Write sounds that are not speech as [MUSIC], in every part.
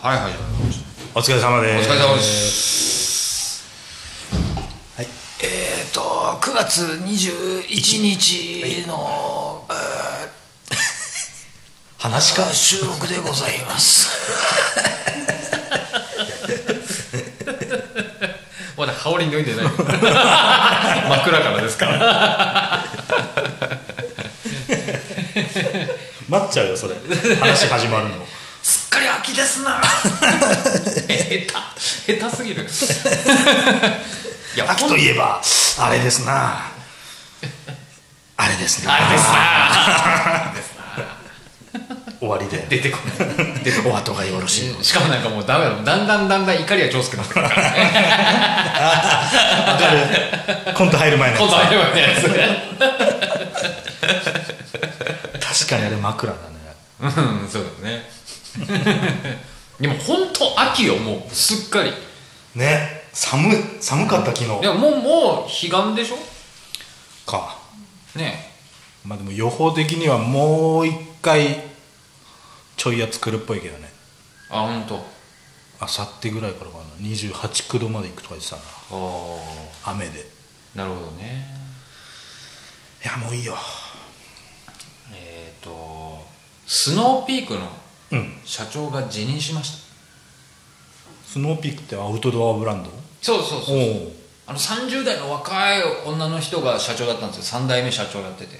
はいはいお疲れ様でおす。疲れ様です、えっ、ー、と9月21日の、えー話か収録でございます。まだ羽織脱い [LAUGHS] でない真っ暗からですから待っちゃうよ、それ。話始まるの。 [LAUGHS] すっかり秋ですな。え下手下手すぎるいや秋といえばあれですな。あれですな。あれです終わりで。出てこないお後がよろしい。しかもなんかもうダメだもんだんだんだんだん怒りが上手くなって [LAUGHS] くるからわかる。コント入る前の今やつ度あればね確かにあれ枕だね。うんそうだ [LAUGHS] ねでも本当秋よもうすっかりね。寒い、寒かった昨で日。ももうもう彼岸でしょか。ねまあでも予報的にはもう一回、ちょいやつ来るっぽいけどね。あ本当。あさってぐらいからかな。28、九度まで行くとか言ってたな。あ雨で。いあなるほどねや、もういいよ。えっ、とスノーピークのうん。社長が辞任しましたスノーピークってアウトドアブランドそうそうおそうお。あの30代の若い女の人が社長だったんですよ3代目社長やってて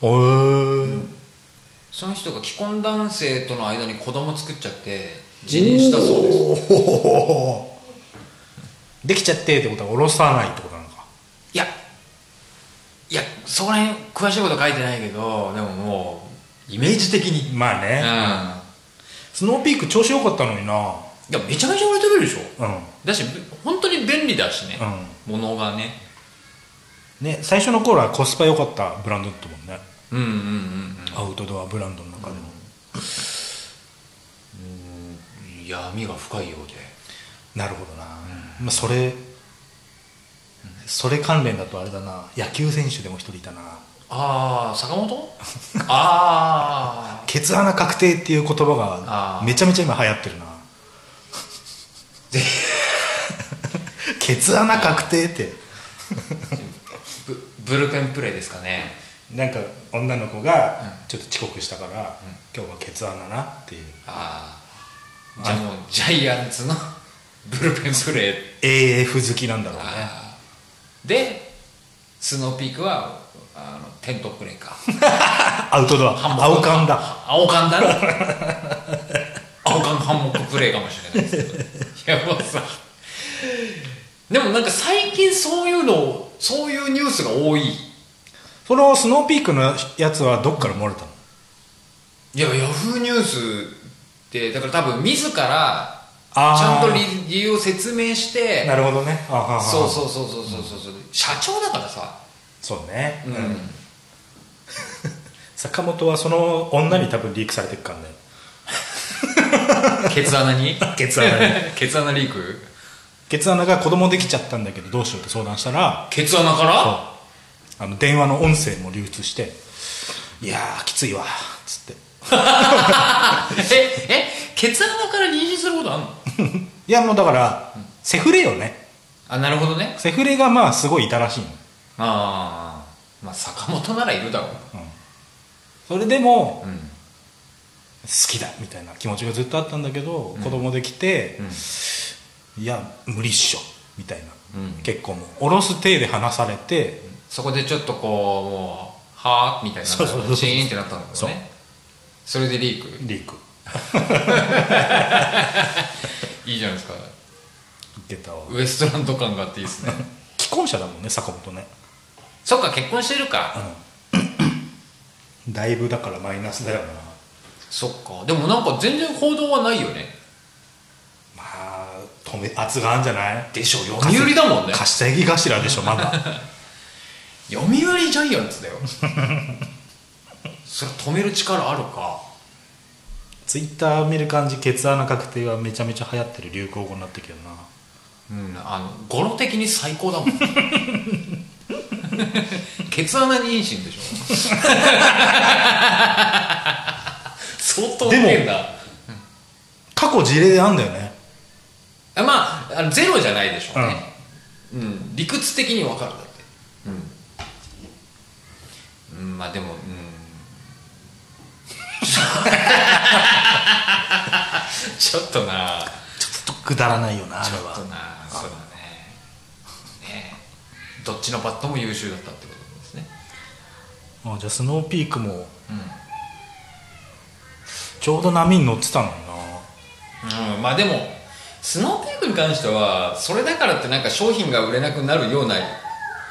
おえ。その人が既婚男性との間に子供作っちゃって辞任したそうですできちゃってってことは下ろさないってことなのかいやいやそこら辺詳しいこと書いてないけどでももうイメージ的にまうあんいね、やスノーピーク調子良かったのになめちゃめちゃ売れてるでしょうんだし本当に便利だしね、ものがねね最初の頃はコスパ良かったブランドだったもんね、うんうんうんアウトドアブランドの中でも、うん闇が深いようでなるほどな、まあ、それそれ関連だとあれだな野球選手でも一人いたなああ坂 [LAUGHS] 本ああケツ穴確定っていう言葉あがーめちゃめちゃ今流行ってるなケツ穴確定ってブブルペンプレーですかねなんか女の子がちょっと遅刻したから、今日はケツ穴なっていうああじゃあもうジャイアンツの [LAUGHS] ブルペンプレー AF 好きなんだろうねでスノーピークはあのテントプレーかアウトドア青缶だ [LAUGHS] 青缶だろ [LAUGHS] 青缶ハンモックプレイかもしれないですけどいやもうさでもなんか最近そういうのをそういうニュースが多いそのスノーピークのやつはどっから漏れたのいやヤフーニュースってだから多分自らちあーゃんと理理由を説明してなるほどねあははそううそうそうそうそうそうそう社長だからさそうね、うん、坂本はその女に多分リークされてくからねケツ穴にケツ穴にケツ穴リークケツ穴が子供できちゃったんだけどどうしようって相談したらケツ穴からあの電話の音声も流出して「いやーきついわ」っつって [LAUGHS] ええケツ穴から妊娠することあんのいやもうだから、セフレよねあなるほどねセフレがまあすごいいたらしいのああまあ坂本ならいるだろうそれでもうん好きだみたいな気持ちがずっとあったんだけど、子供できて、いや無理っしょみたいな、うん結構もうおろす手で話されて、そこでちょっとこうもうはあみたいなそうそうそうシーンってなったんだけどねそれでリークリークいいじゃないですか出たわウエストランド感があっていいですね既婚者だもんね坂本ね、 [LAUGHS] そっか結婚してるかうん、だいぶだからマイナスだよなそっかでもなんか全然報道はないよねまあ止め圧があるんじゃないでしょ読売だもんね下着頭でしょまだ [LAUGHS] 読売ジャイアンツだよそれ止める力あるかツイッター見る感じケツ穴確定はめちゃめちゃ流行ってる流行語になってるけどなうん、あの語呂的に最高だもん [LAUGHS] ケツ穴妊娠でしょ相当ウケんだ過過去事例であんだよねあまああのゼロじゃないでしょうね、うん理屈的に分かるだってうん、うん、 [LAUGHS] まあでもうんちょっとなちょっとくだらないよなあれちょっとはなそうだねねえどっちのパットも優秀だったってことですねあじゃあスノーピークも、ちょうど波に乗ってたのになうんまあでもスノーピークに関してはそれだからってなんか商品が売れなくなるような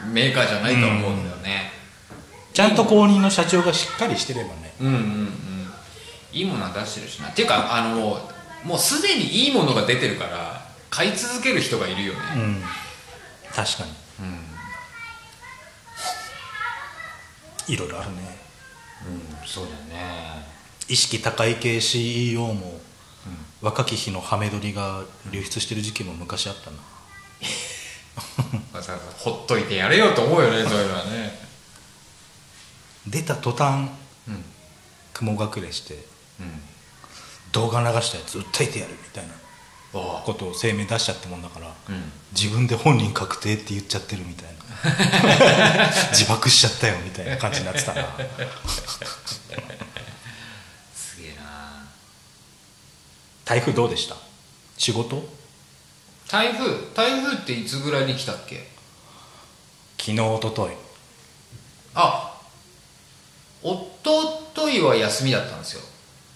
メーカーじゃないと思うんだよね、ちゃんと公認の社長がしっかりしてればねうんうんうんいいものは出してるしなっていうかあのもうもうすでにいいものが出てるから買い続ける人がいるよね、うん確かにうんいろいろあるねそうだね意識高い系 CEO も、若き日のハメ撮りが流出してる時期も昔あったなわざわざほっといてやれよと思うよねそういうのはね出た途端、ん雲隠れしてうん動画流したやつ訴えてやるみたいなおうことを声明出しちゃったもんだから、うん自分で本人確定って言っちゃってるみたいな [LAUGHS] 自爆しちゃったよみたいな感じになってたなすげえな台風どうでした仕事台風台風っていつぐらいに来たっけ昨日一昨日あおとといは休みだったんですよ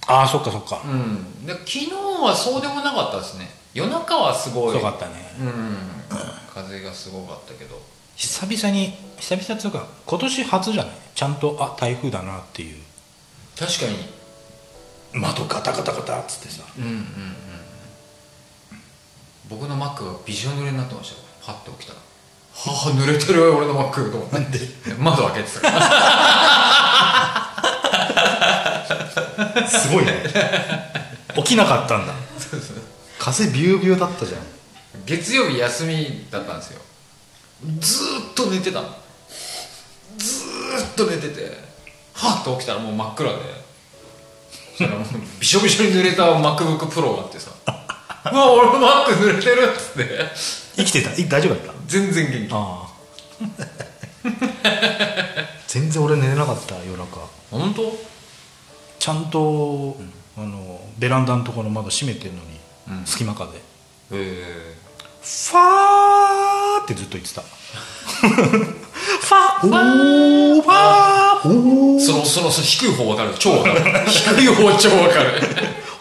ああそっかそっか、うんで昨日はそうでもなかったですね夜中はすごいそうかったねうん風がすごかったけど久々に久々っていうか今年初じゃないちゃんとあ台風だなっていう確かに窓ガタガタガタっつってさうんうんうん僕のマックがびしょ濡れになってましたよパッと起きたら「はあ濡れてる俺のマック」と思ってなんで窓開けてたからすごいね [LAUGHS] 起きなかったんだ風ビュービューだったじゃん月曜日休みだったんですよずーっと寝てたのずーっと寝ててはっと起きたらもう真っ暗でそしたらもうびしょびしょに濡れた MacBookPro があって [LAUGHS] さ「うわ俺のマック濡れてる」っつって生きてたい大丈夫だった全然元気ああ全然俺寝れなかった夜中本当ちゃんと、あのベランダのところの窓閉めてるのに、うん隙間風フえァーってずっと言って [LAUGHS] たファーおーファーおえーそのそのその低い方わかる超 [LAUGHS] わかる低い方超わかる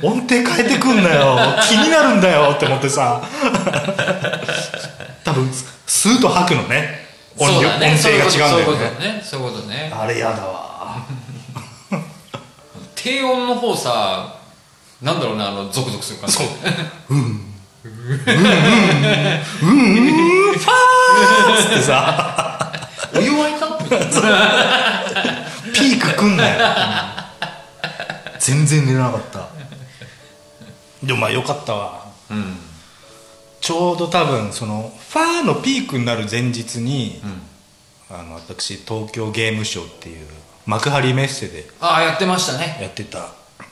音程変えてくんなよ気になるんだよって思って [LAUGHS] さ多分スーッと吐くのね音そうだね音程が違うんだよそねういうことねそういうことねあれやだわ低音の方さなんだろうなあのゾクゾクする感じそうつってさお湯沸いたみたいなピークくんなよ全然寝れなかったでもまあよかったわうんちょうど多分そのファーのピークになる前日に、んあの私東京ゲームショウっていう幕張メッセで [LAUGHS] ああやってましたねやってた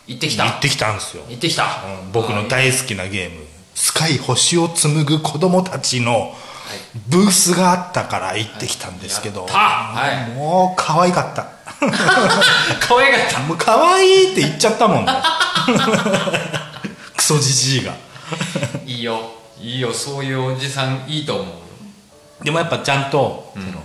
行ってきた行ってきたんですよ行ってきた、うん僕の大好きなゲーム「スカイ星を紡ぐ子供たち」のブースがあったから行ってきたんですけど、やったはいもう可愛かった可愛かったもう可愛いって言っちゃった [LAUGHS] もんねクソじじいがいいよいいよそういうおじさんいいと思うでもやっぱちゃんと「その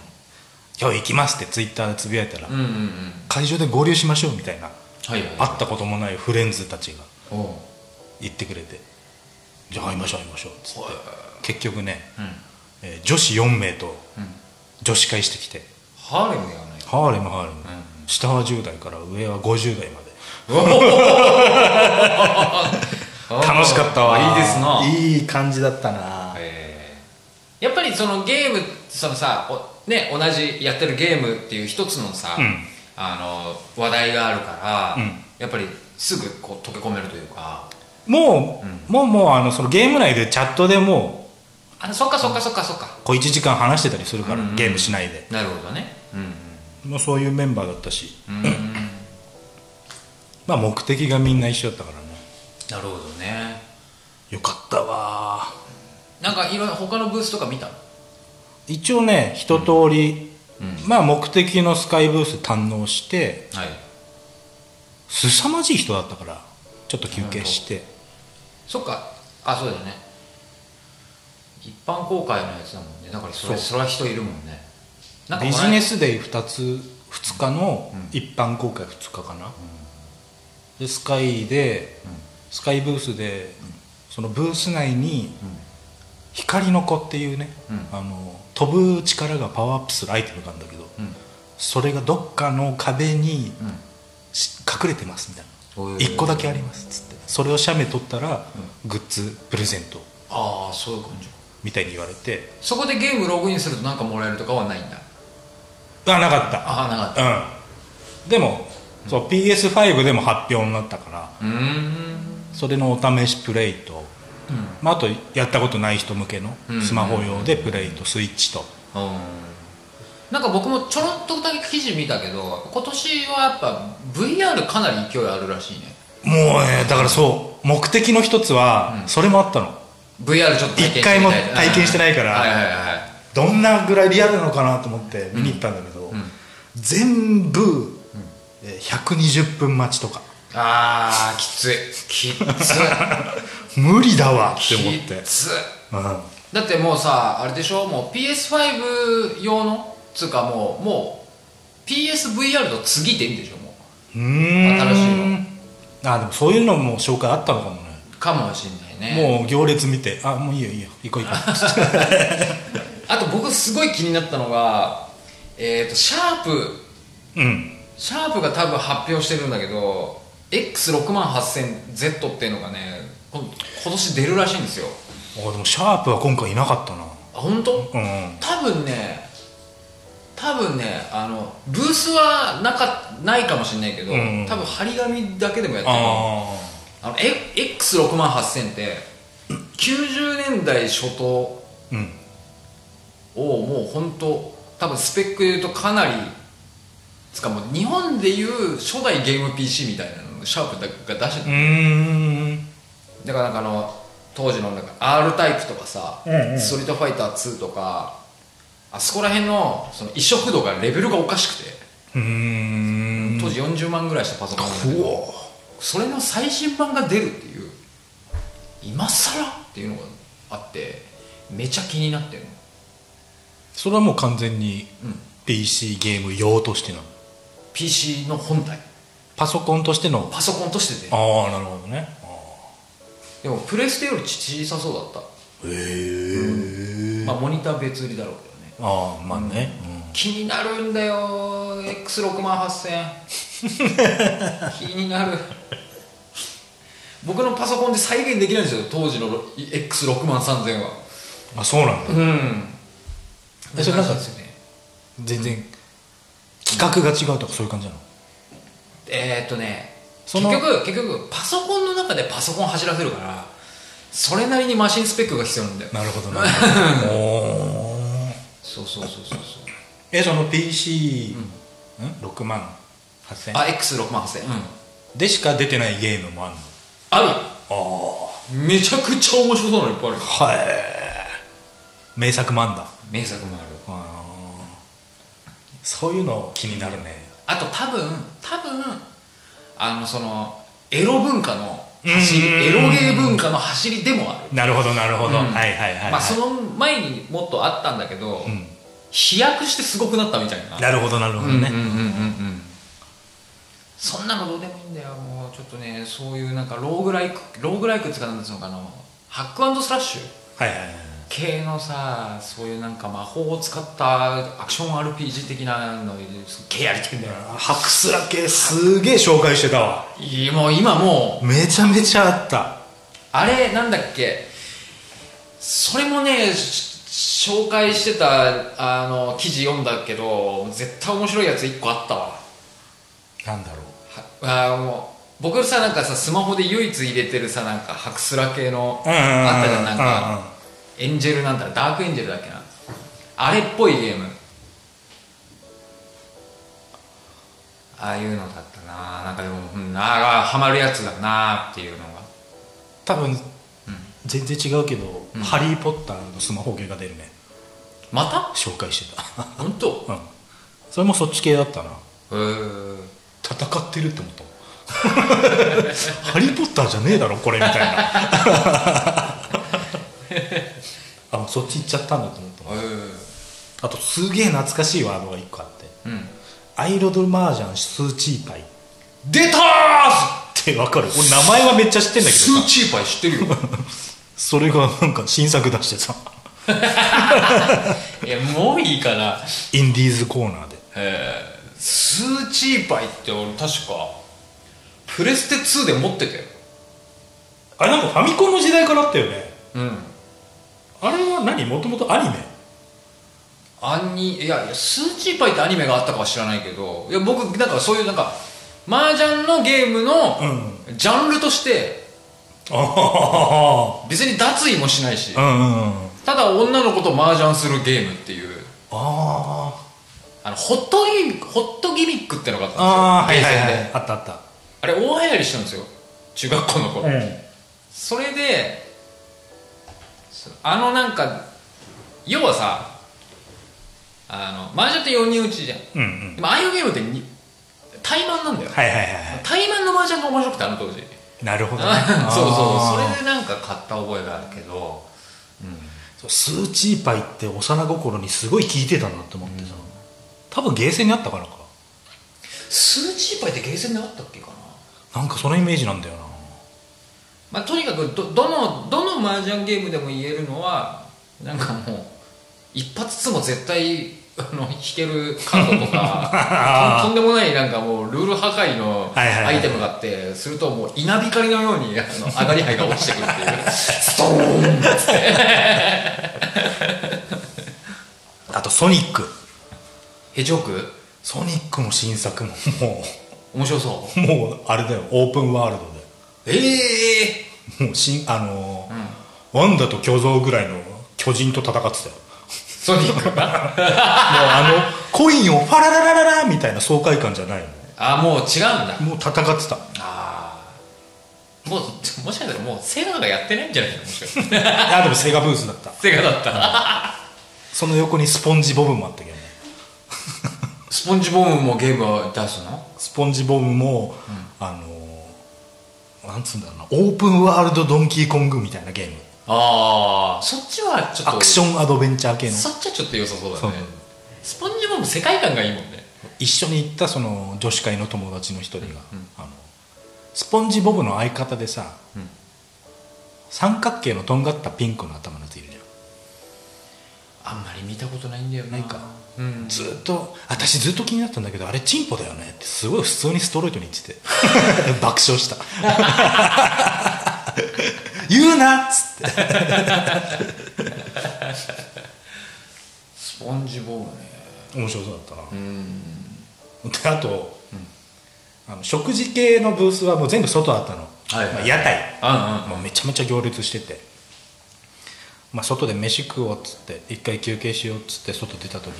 今日行きます」ってツイッターでつぶやいたら、うんうんうん会場で合流しましょうみたいなはいはい会ったこともないフレンズたちがおう言ってくれて「じゃあ会いましょう会いましょう」っつって結局ね、えー女子4名と女子会してきて、ハーレムやないかハーレムハーレム、下は10代から上は50代まで [LAUGHS] 楽しかったわいいですないい感じだったな、えーやっぱりそのゲームそのさおね同じやってるゲームっていう一つのさ、うんあの話題があるから、うんやっぱりすぐこう溶け込めるというかもう、もうもうあのそのゲーム内でチャットでもあそっかそっかそっかそっかう小1時間話してたりするから、うんうんゲームしないでなるほどねもうそういうメンバーだったし、うん、うんうんまあ、目的がみんな一緒だったからねなるほどねったわなんかいろいろ他のブースとか見たの一応ね一通り、まあ目的のスカイブース堪能してはい凄まじい人だったからちょっと休憩して、そっかあそうだよね一般公開のやつだもんねだからそれそうそれは人いるもんねなんかビジネススデイ2つ2日の一般公開2日かな、でスカイで、スカイブースで、そのブース内に、光の子っていうね、あの飛ぶ力がパワーアップするアイテムがあるんだけど、んそれがどっかの壁に、し隠れてますみたいへなー1個だけありますっつってそれを写メ撮ったら、グッズプレゼントああそういう感じみたいに言われてそこでゲームログインするとなんかもらえるとかはないんだあなかったああなかったうん、でも、そう PS5 でも発表になったからうーんそれのお試しプレイと、まあ、あとやったことない人向けのうんスマホ用でプレイとスイッチと、うんなんか僕もちょろっとだけ記事見たけど今年はやっぱ VR かなり勢いあるらしいねもうねだからそう目的の一つは、それもあったの VR ちょっと体験してみたい一回も体験してないからはいはいはいどんなぐらいリアルなのかなと思って見に行ったんだけど、全部、えー120分待ちとかあーきついきっつ [LAUGHS] 無理だわって思きってっ、つうん、だってもうさあれでしょもう PS5 用のつうかもうもう PSVR と次でいいんでしょもうーん新しいのあでもそういうのも紹介あったのかもねうかもしんないねもう行列見て「あもういいよいいよ行こう行こう」あと僕すごい気になったのがえっ、とシャープ [LAUGHS] うんシャープが多分発表してるんだけど X68000Z っていうのがねこん今年出るらしいんですよあでもシャープは今回いなかったなあ本当、うん多分ね多分ねあのブースはなかないかもしれないけど、うん多分張り紙だけでもやってるああのえ X68000 って90年代初頭をあうんもう本当多分スペックで言うとかなりつかもう日本でいう初代ゲーム PC みたいなのシャープが出してたうーんだからなんかあの当時のなんか R タイプとかさ、うんうんストリートファイター2とかあそこら辺のその移植度がレベルがおかしくてうーん当時40万ぐらいしたパソコンなんだけどそれの最新版が出るっていう今更っていうのがあってめちゃ気になってるのそれはもう完全にん PC ゲーム用としての PC の本体パソコンとしてのパソコンとしててああなるほどねでもプレステより小さそうだった、へえまあモニター別売りだろうけどねああまあね気になるんだよ X6 万8000 [LAUGHS] 気になる僕のパソコンで再現できないんですよ当時の X6 万3000はうんあそうなんだうんえそれなんかですよね全然企画が違うとかそういう感じなのえーっとねそ結の局結局パソコンの中でパソコン走らせるからそれなりにマシンスペックが必要なんだよなるほどなるほど [LAUGHS] おーそうそうそうそうそうえその PC6、ん、6万8000あ X6 万8000うんでしか出てないゲームもあるのあるめちゃくちゃ面白そうなのいっぱいあるはい名作もあんだ名作もあるそういうの気になるねあと多分多分あのそのエロ文化の走りうんエロゲー文化の走りでもある、なるほどなるほど、うんはいはいはいはい、まあ、その前にもっとあったんだけど、ん飛躍してすごくなったみたいななるほどなるほどね、うんうんうんうんうんそんなのどうでもいいんだよもうちょっとねそういうなんかローグライクローグライクっていうかなんつうのかなハックスラッシュはいはいはい系のさそういうなんか魔法を使ったアクション RPG 的なのすっげえやりてんだよ白スラ系すげえ紹介してたわいいもう今もうめちゃめちゃあったあれなんだっけそれもねし紹介してたあの記事読んだけど絶対面白いやつ1個あったわはなんだろうあーもう僕さなんかさスマホで唯一入れてるさなんかハクスラ系のうんうんうんうんあったじゃんなんかエンジェルなんだろダークエンジェルだっけなあれっぽいゲームああいうのだったななんかでも、うん、ああハマるやつだなっていうのが多分、全然違うけど、うんハリー・ポッターのスマホゲーが出るねまた紹介してた [LAUGHS] 本当うんそれもそっち系だったなへえ戦ってるって思ったハリー・ポッターじゃねえだろこれみたいなあもうそっち行っちゃったんだと思ったあとすげえ懐かしいワードが1個あってうん「アイロドマージャンスーチーパイ」っ出たーてわかる俺名前はめっちゃ知ってんだけスどーさチーパイ知ってるよそれがなんか新作出してさ [LAUGHS] いやもういいかなインディーズコーナーでえースーチーパイって俺確かプレステ2で持ってたよあれなんかファミコンの時代からあったよねうんあれは何もともとアニメアニいやいやスーチーパイってアニメがあったかは知らないけどいや僕なんかそういうなんか麻雀のゲームのジャンルとしてああ別に脱衣もしないしうんうんうんただ女の子と麻雀するゲームっていうああのホットギミックホットギミックってのがあったあああんはでいすよはいはゲーセンいであったあったあれ大流行りしたんですよ中学校の頃、それでそあのなんか要はさあの麻雀って4人打ちじゃんうんうんでもああいうゲームってに対マンなんだよはいはいはいは対マンの麻雀が面白くてあの当時いなるほどねあ [LAUGHS] そうそうあそーれでなんか買った覚えがあるけどそうスーチーパイって幼心にすごい効いてたなって思ってさ、多分ゲーセンにあったからかスーチーパイってゲーセンであったっけかななんかそのイメージなんだよなまあとにかくどどのどの麻雀ゲームでも言えるのはなんかもう一発つも絶対あの弾けるカードと [LAUGHS] かとんとんでもないなんかもうルール破壊のはいはいはアいイテムがあって、するともう稲光のようにあの上がり牌が落ちてくるっていう [LAUGHS] ストーンっつってあとソニックヘジョークソニックの新作もも面白そううもうあれだよオープンワールドええでもう新あのーワンダと巨像ぐらいの巨人と戦ってたよもうソニックが [LAUGHS] あのコインをファラララララみたいな爽快感じゃないあもう違うんだのもう戦ってたああもうもしかしたらもうセガがやってないんじゃないのもしかしたらあでもセガブースだったセガだったら [LAUGHS] その横にスポンジボブもあったけどねスポンジボムもゲームは出すのスポンジボブも、あのーなんつうんだろうなオープンワールドドンキーコングみたいなゲームああそっちはちょっとアクションアドベンチャー系のそっちはちょっと良さそうだそうねスポンジボム世界観がいいもんね一緒に行ったその女子会の友達の一人が、あのスポンジボブの相方でさ、ん三角形のとんがったピンクの頭のやついるじゃんあんまり見たことないんだよなないかうんずーっと私ずっと気になったんだけどあれチンポだよねってすごい普通にストレートに言って [LAUGHS] て爆笑した [LAUGHS] 言うなっつってスポンジボムね面白そうだったな、うんであと、あの食事系のブースはもう全部外だったの、はいはいまあ屋台あもうめちゃめちゃ行列してて、まあ、外で飯食おうっつって一回休憩しようっつって外出た時に、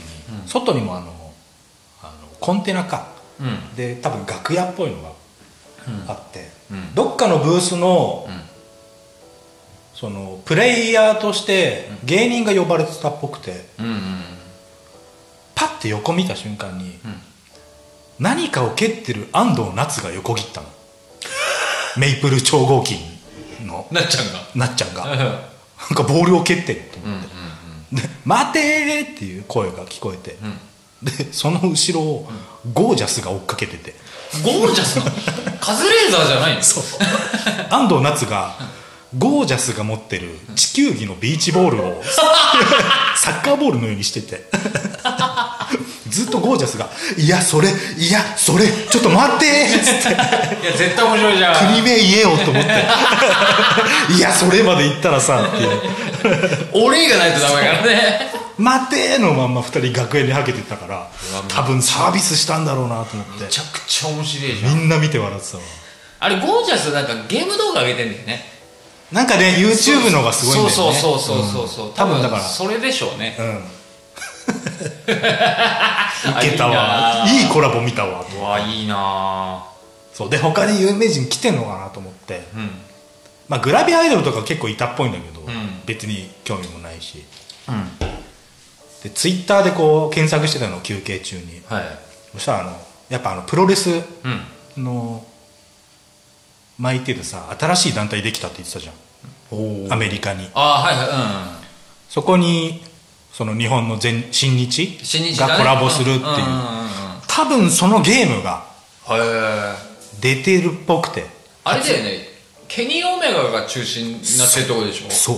外にもあのあのコンテナか、うんうんで多分楽屋っぽいのがあって、うんどっかのブースの、んそのプレイヤーとして芸人が呼ばれてたっぽくて、うんうんパッて横見た瞬間に、ん何かを蹴ってる安藤夏が横切ったのメイプル超合金のなっちゃん [LAUGHS] がなっちゃんがうなんんかボールを蹴ってると思うんってで「待て!」っていう声が聞こえて、でその後ろをゴージャスが追っかけてて、うんゴージャスなのカズレーザーじゃないのそう安藤夏がゴージャスが持ってる地球儀のビーチボールをサッカーボールのようにしてて [LAUGHS] ずっとゴージャスが「いやそれいやそれちょっと待って!」っつって [LAUGHS] いや絶対面白いじゃん国名言えよと思 [LAUGHS] って「いやそれまで言ったらさ」っていう俺がないとダメだからね「 [LAUGHS] 待て!」のまんま2人学園にはけてたから多分サービスしたんだろうなと思ってめちゃくちゃ面白いじゃみんんな見て笑ってたわあれゴージャスなんかゲーム動画上げてんだよねなんかね YouTube の方がすごいんだよねそうそうそうそうそう、多分だからそれでしょうねうんいけたわあいいコラボ見たわいいなあうわいいなあそうで他に有名人来てんのかなと思って、うんままあ、グラビアアイドルとか結構いたっぽいんだけど、ん別に興味もないしうんでツイッターでこう検索してたの休憩中にはいそしたらあのやっぱあのプロレスうんの巻いてるさ新しい団体できたって言ってたじゃおんアメリカにああはいはいうんそこにその日本の全新日新日がコラボするっていう多分そのゲームがへえ出てるっぽくてあれだよねケニー・オメガが中心になってるとこでしょそう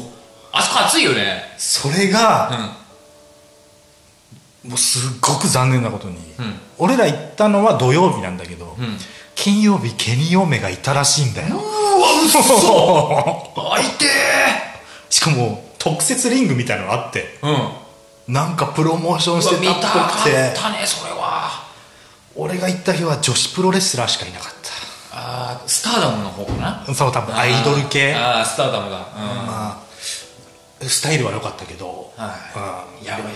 あそこ熱いよねそれが、うんもうすっごく残念なことに、ん俺ら行ったのは土曜日なんだけど、ん金曜日ケニーオメがいたらしいんだよ、あいて [LAUGHS] しかも特設リングみたいなのあってーうんうなんかプロモーションしわ見てたたかっぽくってたねそれは俺が行った日は女子プロレスラーしかいなかっあースターダムの方かなたそう多分アイドル系あーあースターダムだまあ、スタイルは良かったけど、はううんんいやでも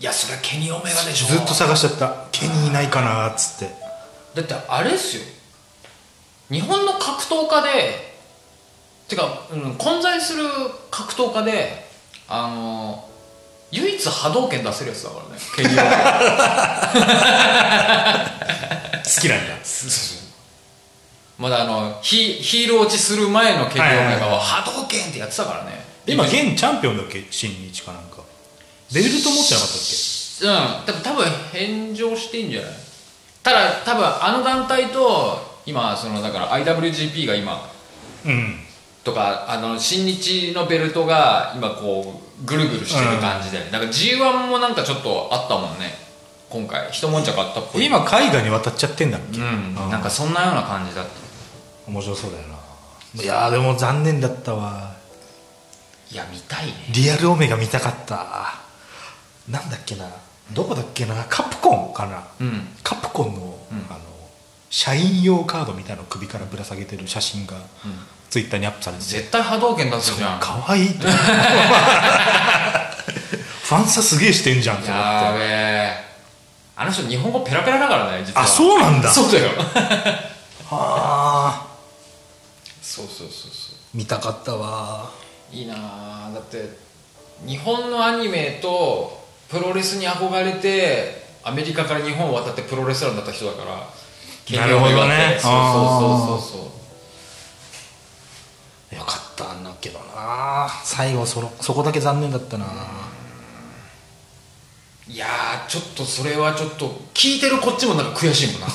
いやそれはケニー・オメガでしょずっと探しちゃったケニーいないかなっつってだってあれですよ日本の格闘家でてか、うん、混在する格闘家であの唯一波動拳出せるやつだからねケニー [LAUGHS] は [LAUGHS] 好きなんだまだあのヒヒール落ちする前のケニーオメはいはガいははい波動拳ってやってたからね今うん多現チャンピオンだっけ新日かなんかベルト持ってなかったっ分多分返上してんじゃないただ多分あの団体と今そのだから IWGP が今けうんとかあの新日のベルトが今こうぐるぐるしてる感じで、なんか G1 もなんかちょっとあったもんね今回一悶着あったっぽい今海外に渡っちゃってんだっけ、うんあーなんかそんなような感じだった面白そうだよないやーでも残念だったわいや見たいねリアルオメガ見たかったなんだっけなどこだっけなカプコンかな、うんカプコンの,、うんあの社員用カードみたいなのを首からぶら下げてる写真が、ツイッターにアップされてて絶対波動拳出すじゃん可愛いってファンサすげえしてんじゃんと思やーってべえあの人日本語ペラペラだからね実はあそうなんだそうだ [LAUGHS] よあそうそうそうそうー見たかったわいいなあだって日本のアニメとプロレスに憧れてアメリカから日本を渡ってプロレスラーになった人だからなるほ経験をどね得たってそうそうそうそうそうよかったんだけどな最後そろそこだけ残念だったないやーちょっとそれはちょっと聞いてるこっちもなんか悔しいもんな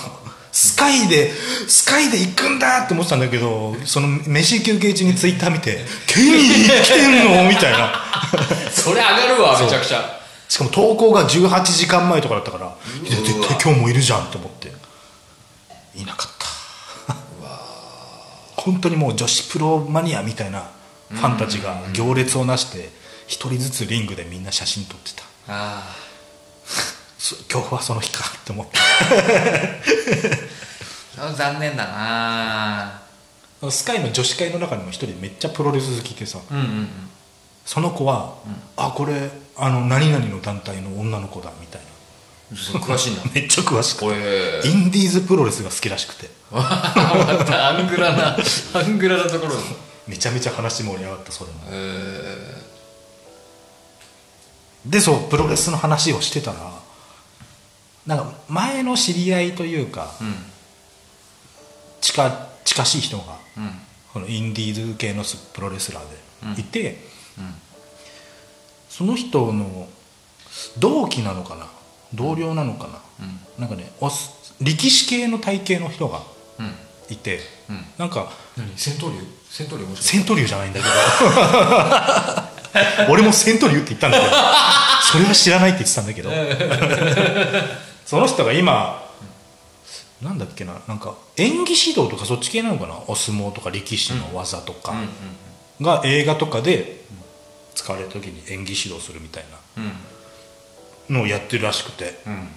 スカイでスカイで行くんだって思ってたんだけどその飯休憩中にツイッター見て「ケニー来てんの?」みたいな [LAUGHS] [LAUGHS] それ上がるわめちゃくちゃしかも投稿が18時間前とかだったからいや絶対今日もいるじゃんと思っていなかった本当にもう女子プロマニアみたいなファンたちが行列をなして一人ずつリングでみんな写真撮ってたあそ今日はその日かって思っあ残念だなたスカイの女子会の中にも一人めっちゃプロレス好きでさうんうんうんその子は「あこれあの何々の団体の女の子だ」みたいな詳しいん [LAUGHS] だめっちゃ詳しくおていインディーズプロレスが好きらしくてまた [LAUGHS] アングラ [LAUGHS] なアングラなところだめちゃめちゃ話盛り上がったそれもえーでそうプロレスの話をしてたらなんか前の知り合いというかうん近近しい人がうんこのインディーズ系のスプロレスラーでいて、うんその人の同期なのかな同僚なのかな、なんかねおす力士系の体系の人がうんいて、うんなんか何戦闘竜戦闘竜面白いセントリューじゃないんだけど [LAUGHS] 俺もセントリューって言ったんだけどそれは知らないって言ってたんだけどその人が今なんだっけななんか演技指導とかそっち系なのかなお相撲とか力士の技とかが映画とかで使われた時に演技指導するみたいうんうんなのをやってるらしくてうん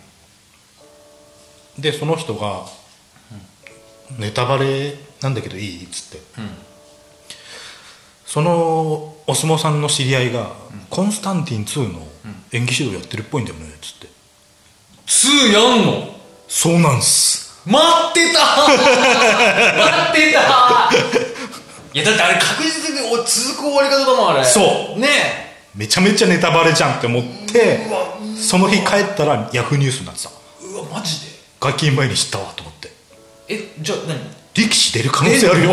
でその人が「ネタバレなんだけどいい?」っつってそのお相撲さんの知り合いが「コンスタンティン2」の演技指導やってるっぽいんだよねっつって2やんの「そうなんす [LAUGHS] 待ってた待ってたいやだってあれ確実にお続く終わり方だもんあれそうねめちゃめちゃネタバレじゃんって思ってその日帰ったらヤフーニュースになってたえうわマジで外勤前に知ったわと思ってえじゃあ何力士出る可能性あるよ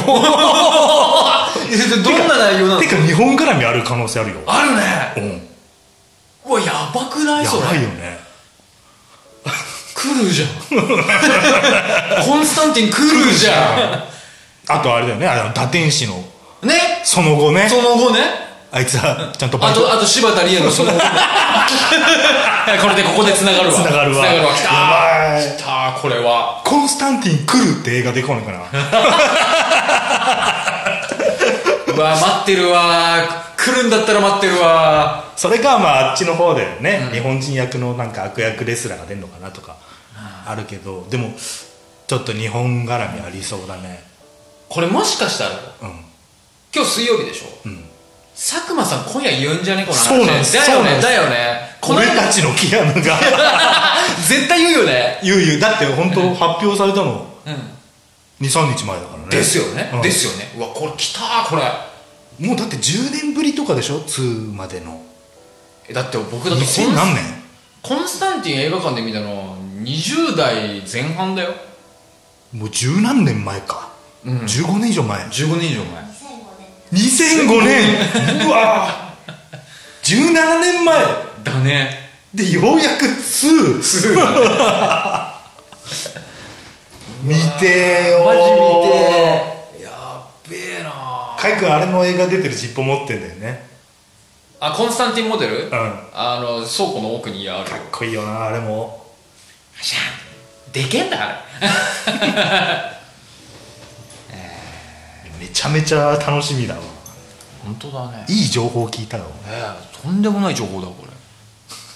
えどんな内容なの [LAUGHS] てか日本絡みある可能性あるよあるねううんわやばくないやそればいよね来るじゃん [LAUGHS] コンスタンティン来るじゃあとあれだよねあの打天使のんねその後ねその後ねあいつはちゃんとバあイトとあと柴田理恵のその後 [LAUGHS] これでここでつながるわつながるわつながるわ来たやばいー来たーこれはコンスタンティン来るって映画で来ないかなうわ待ってるわー来るんだったら待ってるわーそれかまああっちの方でね、日本人役のなんか悪役レスラーが出るのかなとかあるけどでもちょっと日本絡みありそうだねこれもしかしたらうん今日水曜日でしょ、佐久間さん今夜言うんじゃねこの話そうなんですだそようなんねですだよねこの俺たちのキア [LAUGHS] ヌが絶対言うよねゆうゆうだって本当発表されたの23日前だからねですよね、うんですよねうわこれ来たーこれもうだって10年ぶりとかでしょ2までのえだって僕だってコ2000ン何年コンスタンティン映画館で見たの20代前半だよもう十何年前か、15年以上前15年以上前2005年うわ17年前だねでようやく2すごいマジ見見てーよーてやっべえなーカイ君あれの映画出てる尻尾持ってんだよねあコンスタンティンモデル、んあの倉庫の奥にあるかっこいいよなあれもシャンでけんだあれめちゃめちゃ楽しみだわ [LAUGHS] 本当だねいい情報聞いたよええとんでもない情報だこれ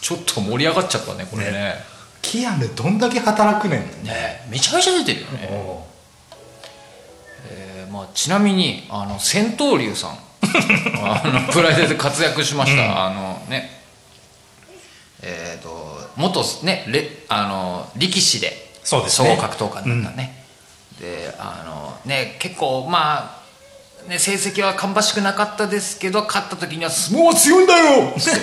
ちょっと盛り上がっちゃったねこれねねねキアヌどんだけ働くねんえめちゃめちゃ出てるよね、おうえーまあ、ちなみにあの戦闘龍さん [LAUGHS] あのプライベートで活躍しました、あのねえっ、と元ねレあの力士でそうです総ね合格闘家だったね、であのね結構まあ、ね、成績は芳しくなかったですけど勝った時には「相撲は強いんだよ! 」相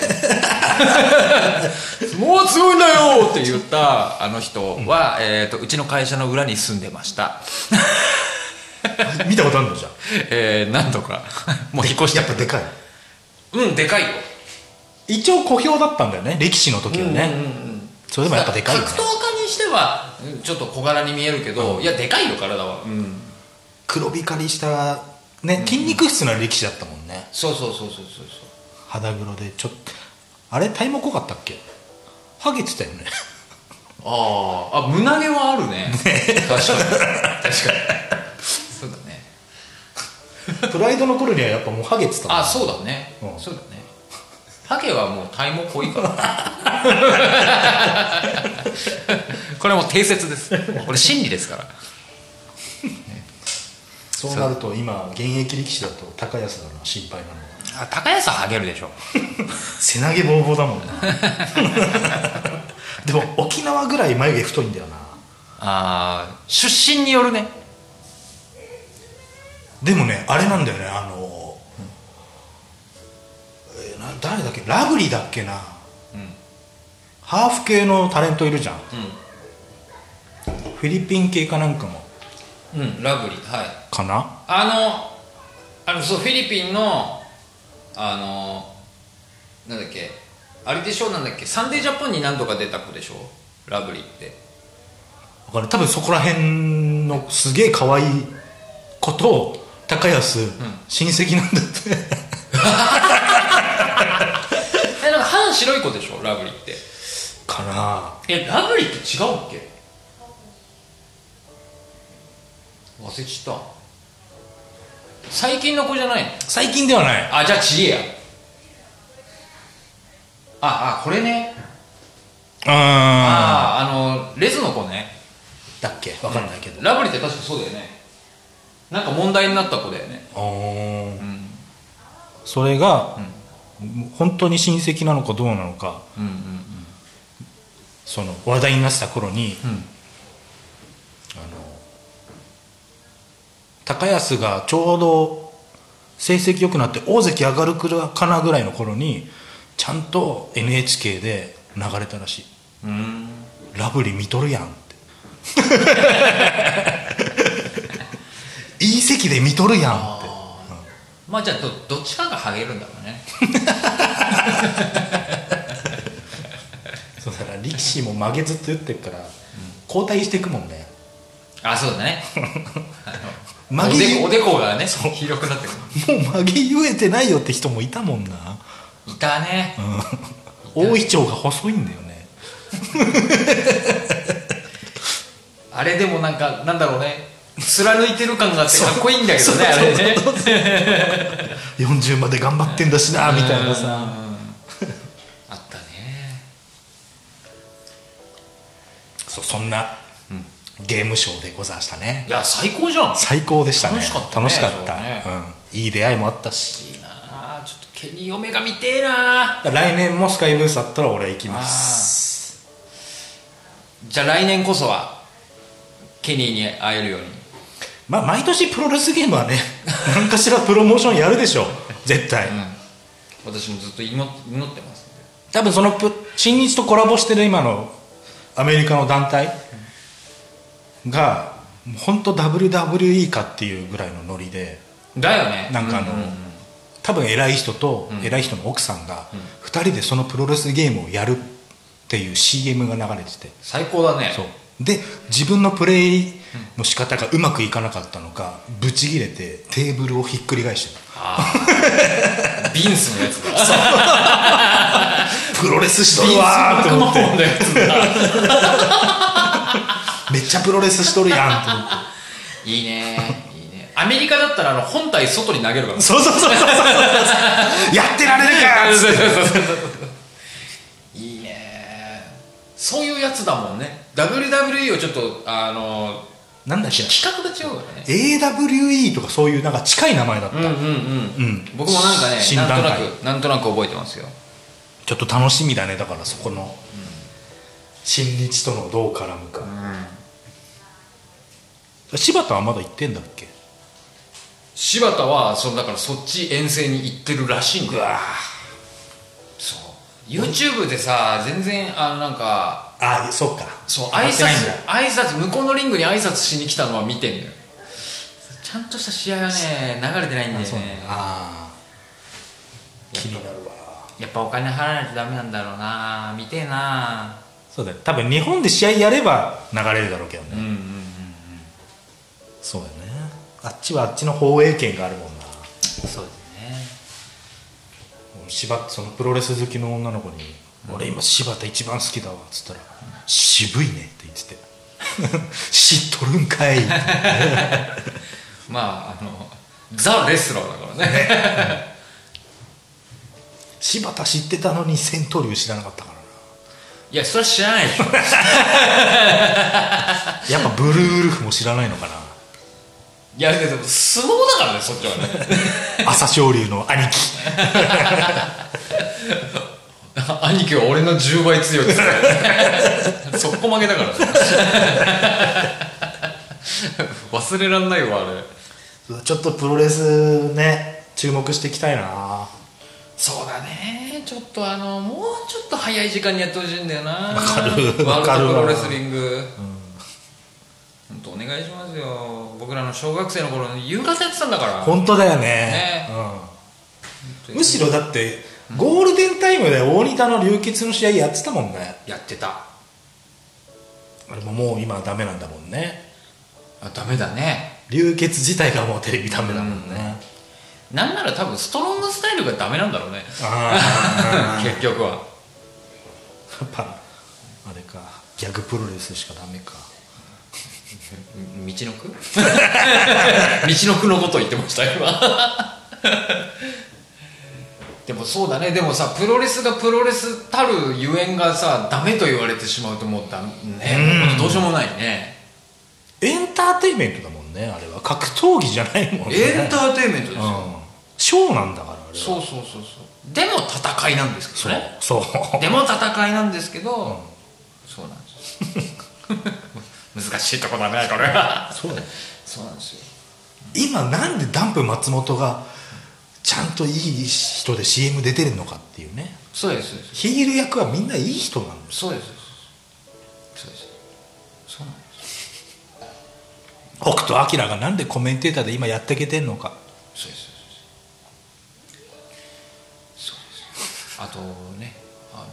撲は強いんだよ!」って言ったあの人は、えー、とうちの会社の裏に住んでました [LAUGHS] 見たことあるのじゃんえー、何度か [LAUGHS] もう引っ越しやたっぱでかいうんでかいよ一応小兵だったんだよね歴史の時はね、それでもやっぱでかいよね格闘家にしてはうんちょっと小柄に見えるけど、いやでかいよ体は、黒光りしたね筋肉質な力士だったもんねそうそうそうそうそう肌黒でちょっとあれタイム濃かったっけハゲてたよね [LAUGHS] そうあーあ胸毛はある [LAUGHS] ね確かに確かにそうだねプライドの頃にはやっぱもうハゲてたもんあそうだね、うんそうだねハゲはもう体毛濃いから [LAUGHS] これはもう定説ですこれ真理ですからそうなると今現役力士だと高安だな心配なのはあ高安はハゲるでしょ [LAUGHS] 背投げボーボーだもんな [LAUGHS] でも沖縄ぐらい眉毛太いんだよなあー出身によるねでもねあれなんだよねあの、えーな誰だっけラブリーだっけな、ハーフ系のタレントいるじゃん、フィリピン系かなんかもうんラブリーはいかなあのあのそうフィリピンのあのなんだっけあれでしょなんだっけサンデージャポンに何度か出た子でしょラブリーってわかる多分そこら辺のすげえ可愛い子と高安、親戚なんだって [LAUGHS] えなんか半白い子でしょラブリーってかなえラブリーって違うっけ忘れちゃった最近の子じゃないの最近ではないあじゃあちげえやああこれねああああのレズの子ねだっけわかんないけど、ラブリーって確かそうだよねなんか問題になった子だよねあーそれが、本当に親戚なのかどうなのか、うんうんその話題になってた頃に、あの高安がちょうど成績良くなって大関上がるかなぐらいの頃にちゃんと NHK で流れたらしいうん「ラブリー見とるやん」って [LAUGHS] いい席で見とるやんってまあじゃあどどっちかがハゲるんだろうねそうだから力士も曲げずっと言ってるから交代していくもんねあそうだねあの曲げゆおでこおでこがね広くなってくもう曲げゆえてないよって人もいたもんなるいたね大胃腸が細いんだよねあれでもなんかなんだろうね貫いてる感があってかっこいいんだけどねあれね40まで頑張ってんだしなみたいなうんさあったねそうそんなゲームショーでござんしたねいや最高じゃん最高でしたね楽しかったね楽しかったそうねうん、いい出会いもあったしいいなあちょっと毛に嫁が見てえなあ来年もスカイブースあったら俺行きますじゃあ来年こそはケニーに会えるようにまあ毎年プロレスゲームはね [LAUGHS] 何かしらプロモーションやるでしょ絶対、うん私もずっと祈祈ってますんで多分そのプ新日とコラボしてる今のアメリカの団体が本当 WWE かっていうぐらいのノリでだよねなんかあの、うう多分偉い人と偉い人の奥さんが2人でそのプロレスゲームをやるっていう CM が流れてて最高だねそうで自分のプレイの仕方がうまくいかなかったのかブチギレてテーブルをひっくり返してるああビンスのやつ [LAUGHS] だプロレスしとるわーと思 [LAUGHS] ってビンスマクマホンのやつだめっちゃプロレスしとるやんと思っていいねいいねアメリカだったらあの本体外に投げるからそうそうそうそうそうそうやってられるかっつっていいねそういうやつだもんね WWE をちょっとあのなんだっけ企画が違うよね AWE とかそういうなんか近い名前だった、うんうんうん、うん僕もなんかね新なんと段な階くなんとなく覚えてますよちょっと楽しみだねだからそこの、新日とのどう絡むか、柴田はまだ行ってんだっけ柴田はそのだからそっち遠征に行ってるらしいんだよわそう YouTube でさ全然あのなんかああそうかそう上が挨って拶ないんだ挨拶向こうのリングに挨拶しに来たのは見てんのよちゃんとした試合はね流れてないんだよねあー気になるわやっぱお金払わないとダメなんだろうな見てえなそうだよ多分日本で試合やれば流れるだろうけどね、うんうんそうだよねあっちはあっちの放映権があるもんなそうです柴田そのプロレス好きの女の子に「俺今柴田一番好きだわ」っつったら「渋いね」って言ってて [LAUGHS] 「知っとるんかい」ねまああのザ・レスラーだからね柴田知ってたのに千闘龍知らなかったからないやそれは知らないでしょやっぱブルーウルフも知らないのかないやでも相撲だからねそっちはね朝青龍の兄貴 [LAUGHS] 兄貴は俺の10倍強いです [LAUGHS] からねそこ負けだからね忘れらんないわあれうわちょっとプロレスね注目していきたいなそうだねちょっとあのもうちょっと早い時間にやってほしいんだよなわかるワわかールるドプわロレスリング、本当お願いしますよ僕らの小学生の頃夕方やってたんだから本当だよねねうん、むしろだってゴールデンタイムで大仁田の流血の試合やってたもんねやってたあれももう今はダメなんだもんねあダメだね流血自体がもうテレビダメだもんね、なんなら多分ストロングスタイルがダメなんだろうねあ [LAUGHS] あ [LAUGHS] や結局はっぱあれかギャグプロレスしかダメかん道のく [LAUGHS] 道のくのこと言ってました今 [LAUGHS] でもそうだねでもさプロレスがプロレスたるゆえんがさダメと言われてしまうと思ったねうんもうどうしようもないねエンターテインメントだもんねあれは格闘技じゃないもんねエンターテインメントですよ、うんショーなんだからあれはそうそうそうそうでも戦いなんですけどそうねそうでも戦いなんですけど、そうなんですよ [LAUGHS] 難しいとこだねこれはそうだよそうなんですよ今なんでダンプ松本がちゃんといい人で CM 出てるのかっていうねそうですそうですヒール役はみんないい人なんですそうですそうですそうなんです北斗晶がなんでコメンテーターで今やっていけてんのかそうですそうですそうですあとねあの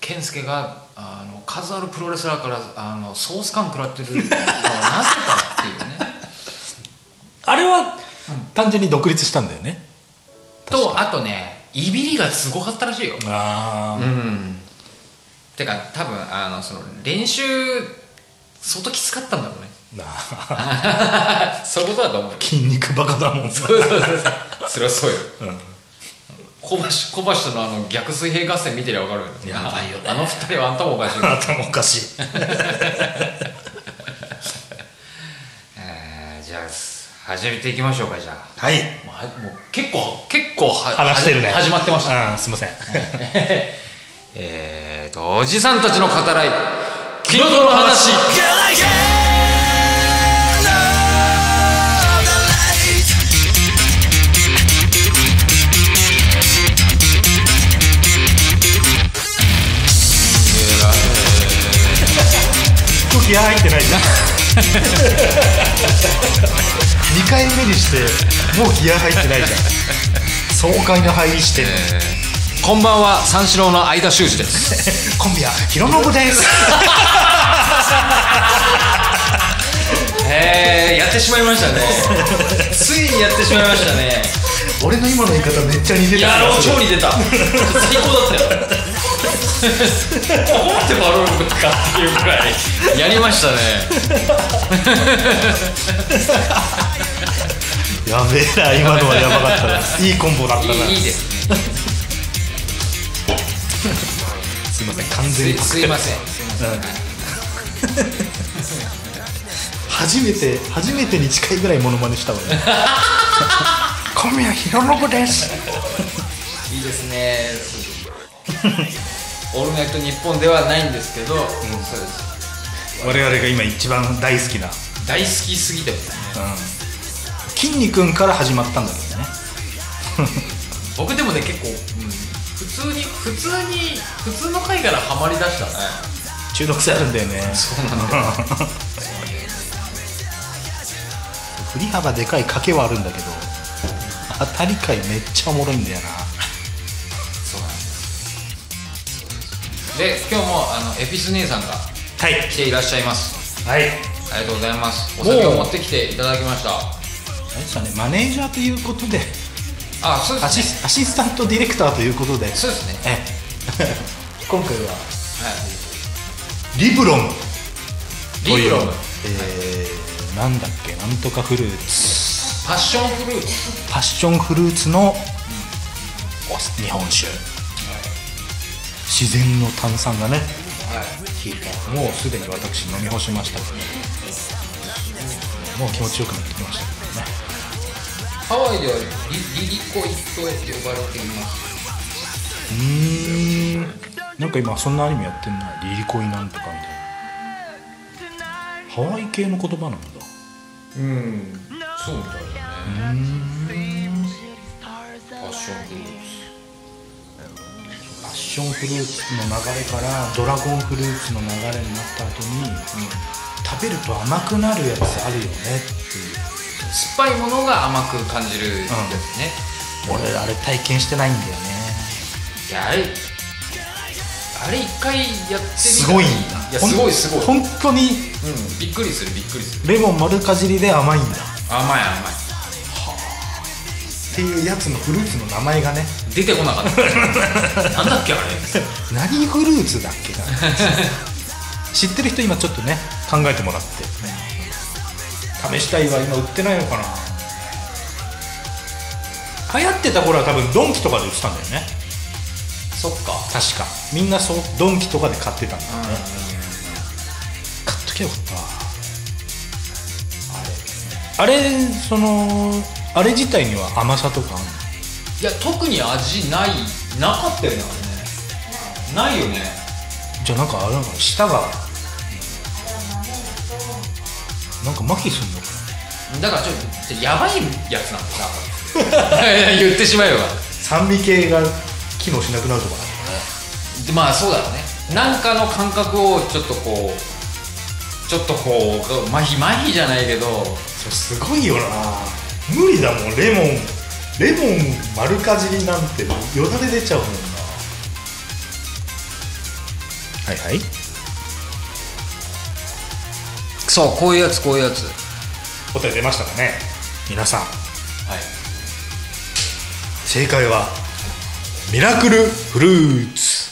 健介があの数あるプロレスラーからあのソース感食らってるのはなぜかっていうねあれは単純に独立したんだよねとあとねいびりがすごかったらしいよああうんてか多分あのその練習相当きつかったんだろうねなそういうことだと思う筋肉バカだもん [LAUGHS] そうそうそうそうそれはそうようん小橋小橋とのあの逆水平合戦見てりゃ分かるよやばいよねあの二人はあんたもおかしいから [LAUGHS] 頭おかしい [LAUGHS] えーじゃあ始めていきましょうかじゃあはいもうはもう結構結構は話してるねは始まってましたたうんすいませんえーとおじさんたちの語らい気の毒の話空気入ってないな2回目にしてもうギア入ってないじゃん爽快な入りしてる、こんばんは三四郎の相田修二ですコンビはひろのぶですえー、やってしまいました [LAUGHS] ねついにやってしまいましたね俺の今の言い方めっちゃ似てるやろう超に出た最高 [LAUGHS] だったよどうやってバロールかっていうくらいやりましたねやべえな今のはやばかった [LAUGHS] ないいコンボだったないいいいですねすいません完す全いにすいません初めて初めてに近いぐらいモノマネしたわね [LAUGHS] 小宮弘信ですいいですねオールナイト日本ではないんですけど、そうです我々が今一番大好きな、うん、大好きすぎてますね筋肉から始まったんだけどね僕でもね結構、うん普通に普通に普通の回からハマりだしたね中毒性あるんだよねそうなんだ振り幅でかい賭けはあるんだけど当たり回めっちゃおもろいんだよなそうなんですで今日もあのエピス姉さんがはい来ていらっしゃいますはいありがとうございますおもう酒を持ってきていただきましたあれですよねマネージャーということであそうでアすねシスアシスタントディレクターということでそうですねえ [LAUGHS] 今回ははリブロムいリブロムというえーなんだっけなんとかフルーツパッションフルーツパッションフルーツのお日本酒自然の炭酸がね効いたもうすでに私飲み干しましたけどねもう気持ちよくなってきましたけどねハワイではリリリコイットエって呼ばれていますうーんなんか今そんなアニメやってんなリリコイなんとかみたいなハワイ系の言葉なんだうんそうみたいだねパッションフルーパッションフルーツの流れからドラゴンフルーツの流れになった後に、食べると甘くなるやつあるよねっていうツ酸っぱいものが甘く感じるやつね、俺あれ体験してないんだよねいやあれあれ一回やってみたらすごいんいだやすごいすごい、本当にうん、びっくりするびっくりするレモン丸かじりで甘いんだ甘い甘いっていうやつのフルーツの名前がね出てこなかった [LAUGHS] なんだっけあれ何フルーツだっけな [LAUGHS] 知ってる人今ちょっとね考えてもらって試したいは今売ってないのかな流行ってた頃は多分ドンキとかで売ってたんだよねそっか確かみんなそうドンキとかで買ってたんだよね買っときゃよかったわあれあれそのあれ自体には甘さとかあんのいや特に味ないなかったよねあれねないよねじゃあなんかあれなのかな舌がなんか麻痺すんのかだからちょっとやばいやつなんだ [LAUGHS] 言ってしまえば酸味系が機能しなくなるとかでまあそうだろうねなんかの感覚をちょっとこうちょっとこう麻痺麻痺じゃないけどそれすごいよな無理だもんレモンレモン丸かじりなんてよだれ出ちゃうもんなはいはいそうこういうやつこういうやつ答え出ましたかね皆さんはい正解はミラクルフルーツ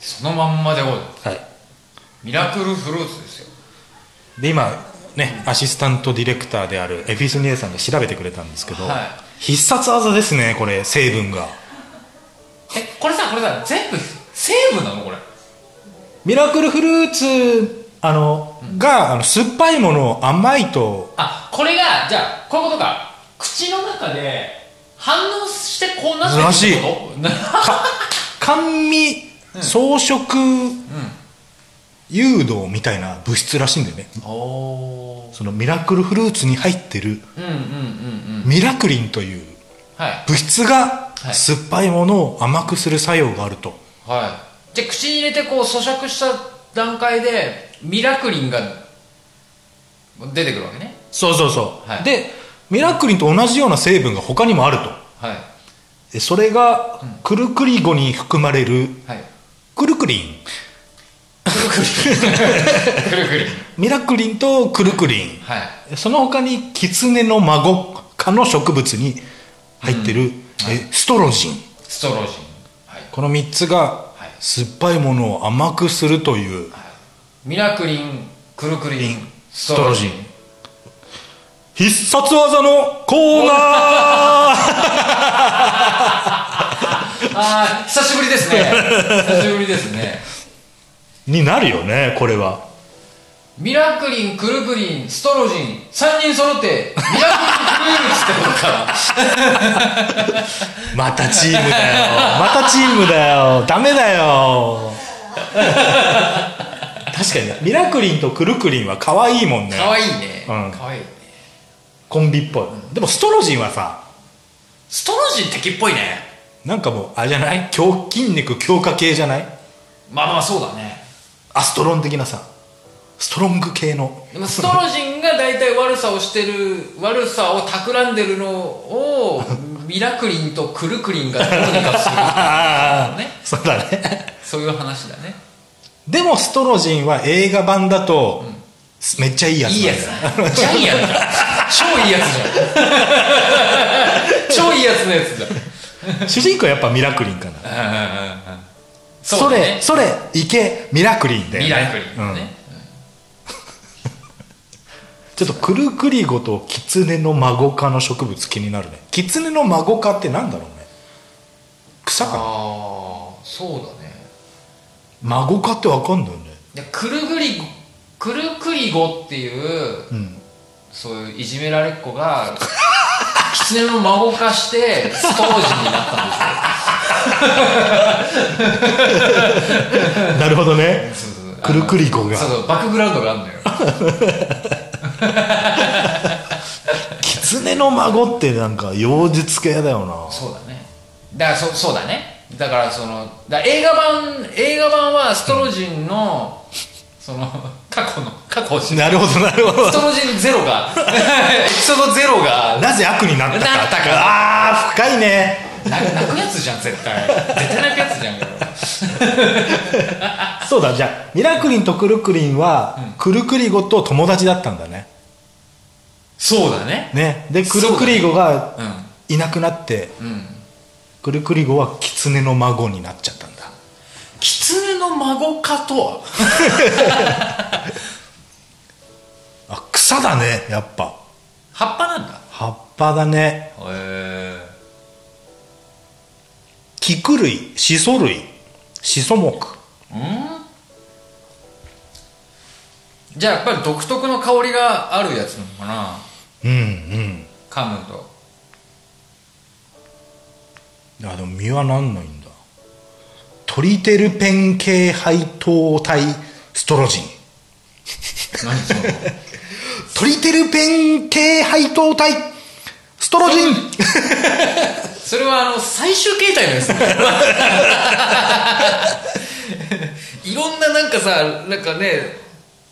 そのまんまでおるはいミラクルフルーツですよで今ねアシスタントディレクターであるエフィス・ニエさんが調べてくれたんですけど、はい必殺技ですねこれ成分がえこれさこれさ全部セーブなのこれミラクルフルーツあの、があの酸っぱいものを甘いとあこれがじゃあこういうことか口の中で反応してこうならっしているってことな甘味装飾誘導みたいな物質らしいんだよねおーそのミラクルフルーツに入ってるうんうんうんうんミラクリンという [LAUGHS] はい物質がはい酸っぱいものを甘くする作用があると、はいで口に入れてこう咀嚼した段階でミラクリンが出てくるわけねそうそうそう、はいでミラクリンと同じような成分が他にもあるとはいえそれがクルクリゴに含まれるはいクルクリンくるくるミラクリンとクルクリンはいその他にキツネの孫科の植物に入ってる、えストロジンストロージンはいこの3つがはい酸っぱいものを甘くするというミラクリンくるくりんストロージン必殺技のコーナーああ久しぶりですね久しぶりですねになるよねこれはミラクリンくるくりんストロージン3人揃ってミラクリンくるくりんってことからまたチームだよ [LAUGHS] またチームだよダメだよ確かにねミラクリンとクルクリンは可愛いもんねかわいいねうんかわいいねコンビっぽい、でもストロジンはさストロージン敵っぽいねなんかもうあれじゃない強筋肉強化系じゃないまあまあそうだねアストロン的なさストロング系のでもストロジンが大体悪さをしてる悪さを企んでるのをミラクリンとクルクリンがどうにかする [LAUGHS] ああ、ね [LAUGHS] そうだねそういう話だねでもストロジンは映画版だと、めっちゃいいやついいやつなんだよだジャイアンだ超いいや [LAUGHS] つじゃん超いいやつのやつだ [LAUGHS] 主人公はやっぱミラクリンかなそ,、うだれねそれいけミラクリンだよねミラクリンだうんね、ちょっとクルクリゴとキツネの孫科の植物気になるねキツネの孫科ってなんだろうね草あかあなそうだね孫科ってわかんないよねでくるぐりくるくりごっていう、んそういういじめられっ子が狐の孫化してストージになったんですよなるほど [LAUGHS] ねくるくり子がそうそうバックグラウンドがあるんだよキツネの孫ってなんか妖術系だよなそうだねだからそそうだねだからそのだ映画版映画版はストロジンの、その過去の過去を知るなるほどなるほストロジンゼロが [LAUGHS] エピソードゼロがど [LAUGHS] なぜ悪になったかなったかああ深いねな泣くやつじゃん絶対絶対泣くやつじゃんこれそうだじゃあミラクリンとクルクリンは、クルクリゴと友達だったんだねそうだねねでそうクだルねクリゴがうんいなくなって、うんクルクリゴはキツネの孫になっちゃったんだ狐の孫かとはあ草だねやっぱ葉っぱなんだ葉っぱだねへ菊類シソ類シソ木えじゃあやっぱり独特の香りがあるやつなのかなうんうん噛むとあでも実はなんないんだトリテルペン系配糖体ストロジン何その [LAUGHS] トリテルペン系配糖体ストロジンそれはあの最終形態のやつ [LAUGHS] ねいろんななんかさなんかね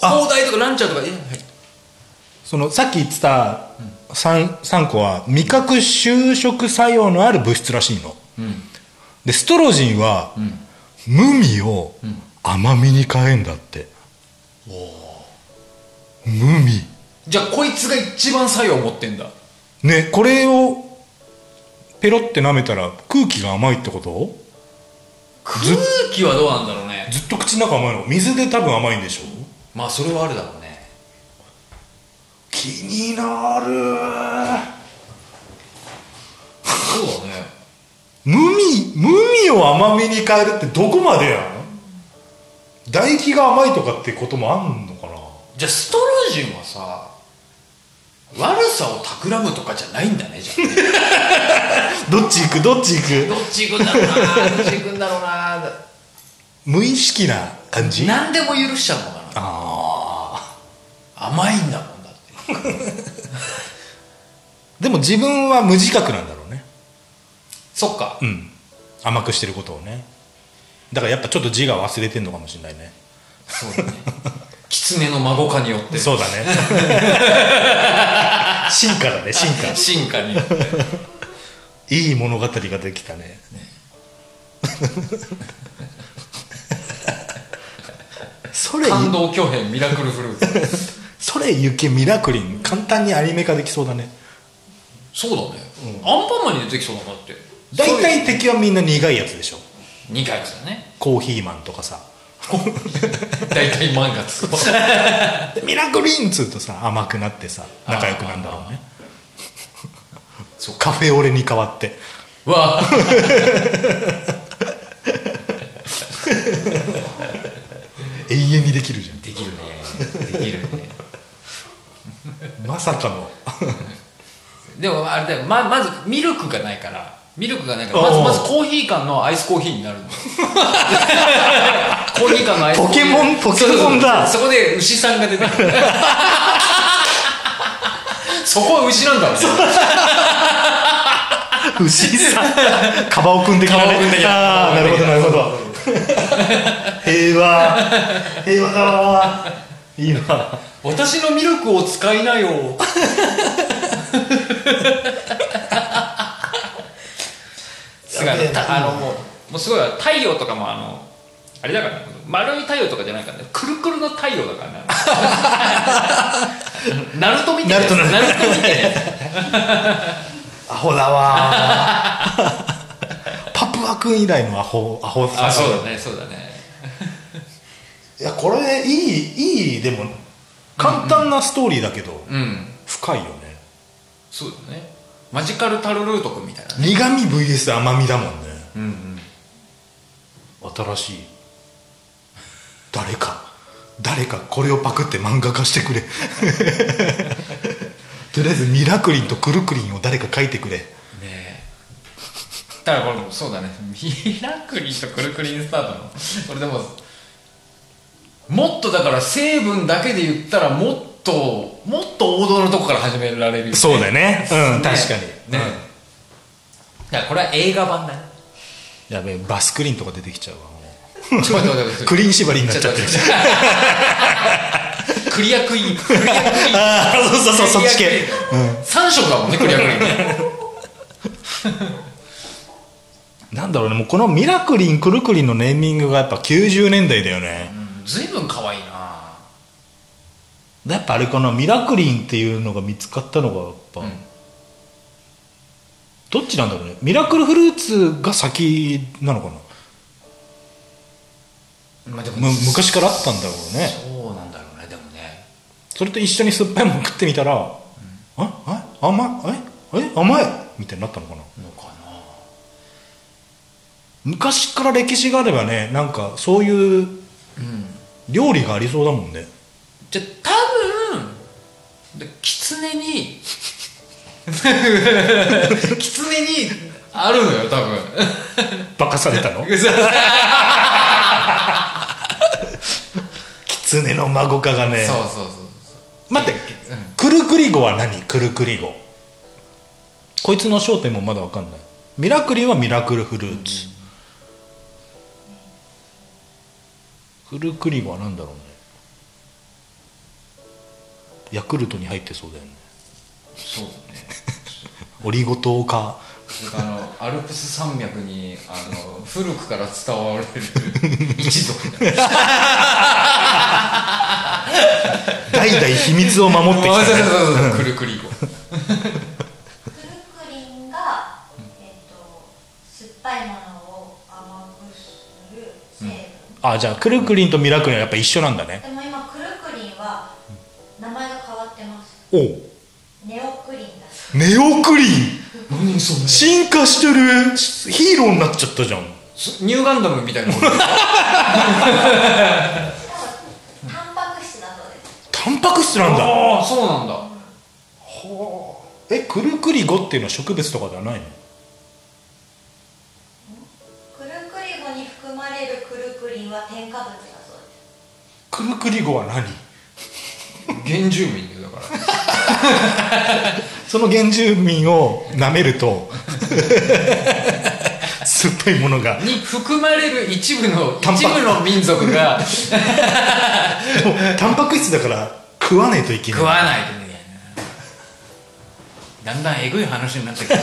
あ砲台とかランチャーとかえはいそのさっき言ってた 3, 三個は味覚修飾作用のある物質らしいの、でストロジンは、無味を甘みに変えんだって、無味じゃあこいつが一番作用を持ってんだねこれをペロって舐めたら空気が甘いってこと空気はどうなんだろうねずっと口の中甘いの水で多分甘いんでしょまあそれはあるだろうね気になるそうだね無味無味を甘みに変えるってどこまでやん唾液が甘いとかってこともあんのかなじゃあストロジンはさ悪さを企むとかじゃないんだねじゃあどっち行くどっち行く [LAUGHS] どっち行くんだろうなどっち行くんだろうな無意識な感じ何でも許しちゃうのかな甘いんだもんだってでも自分は無自覚なんだろうねそっかうん甘くしてることをねだからやっぱちょっと字が忘れてんのかもしれないねそうだね [LAUGHS] 狐の孫化によって [LAUGHS] そうだね進化だね進化進化によっていい物語ができたね [LAUGHS] それ感動巨編ミラクルフル [LAUGHS] ーツそれ雪ミラクリン簡単にアニメ化できそうだねそうだね、アンパンマンに出てきそうだなって大体敵はみんな苦いやつでしょ2回ですよねコーヒーマンとかさ大体漫画 [LAUGHS] つくでミラクリンっつうとさ甘くなってさ仲良くなんだろうねそうカフェオレに変わってわあ永遠にできるじゃできるねできるねんまさかのでもあれだよままずミルクがないからミルクがないからまずおうまずコーヒー缶のアイスコーヒーにな [LAUGHS] るのコーヒー缶のアイスコーヒーポケモンポケモンだそうそうそうそこで牛さんが出てく [LAUGHS] るそこは牛なんだろうね牛さん [LAUGHS] カバオくん的なカねバオくん的なああなるほどなるほど [LAUGHS] 平和平和だわいいわ私のミルクを使いな [LAUGHS] よすごいやべえなあのもうもうすごいわ太陽とかもあのあれだからね丸い太陽とかじゃないからねくるくるの太陽だからね [LAUGHS] ナルトみたいなやつナルトナルナルトみたいなやつアホだわパプア君以来のアホアホさあそう [LAUGHS] だねそうだねいやこれいいいいでも簡単なストーリーだけど、うん深いよねそうだねマジカルタルルート君みたいなね苦味 VS 甘みだもんねうんうん新しい誰か誰かこれをパクって漫画化してくれとりあえずミラクリンとクルクリンを誰か書いてくれねえだからこれそうだねミラクリンとクルクリンスタートのこれでももっとだから成分だけで言ったらもっともっと王道のとこから始められるよねそうだよねうんね確かにね、だからこれは映画版だねやべえバスクリンとか出てきちゃうわもちょっと待って待ってうクリン縛りになっちちゃょっっとて待るって [LAUGHS] クリアクイーンクリアクイーンああそうそうそうそっち系うん3色だもんねクリアクイーンねなんだろうねもうこのミラクリンクルクリンのネーミングがやっぱ90年代だよね、随分可愛いなやっぱあれかなミラクリンっていうのが見つかったのがやっぱ、んどっちなんだろうねミラクルフルーツが先なのかなまあでもむ昔からあったんだろうねそうなんだろうねでもねそれと一緒に酸っぱいもん食ってみたら、ああ甘いええ甘いみたいになったのかなのかな昔から歴史があればねなんかそういう料理がありそうだもんねじゃ多分で狐に狐にあるのよ多分化かされたの [LAUGHS] 狐の孫化がねそうそうそう待っうてんくるくり語は何くるくり語こいつの正体もまだ分かんないミラクリンはミラクルフルーツ、フルクリは何だろうねヤクルトに入ってそうだよねそうだねオリゴ糖かそれからあのアルプス山脈にあの古くから伝われる一族みたいな代々秘密を守ってそう [LAUGHS] きた、そうね、そうそうくるくり子クルクリンが、えっと酸っぱいものを甘くする成分、あじゃあクルクリンとミラクリンはやっぱ一緒なんだねでも今クルクリンは名前が変わってますおうネオクリンだそネオクリン何それ進化してるヒーローになっちゃったじゃんニューガンダムみたいなもんだよう多分タンパク質だそうですタンパク質なんだああそうなんだえクルクリゴっていうのは植物とかではないのクルクリゴに含まれるクルクリンは添加物だそうですクルクリゴは何原住民だよだからその原住民を舐めると [LAUGHS] 酸っぱいものがに含まれる一部のタンパ一部の民族がでもタンパク質だから食わねえといけない食わないとねだんだんえぐい話になってくる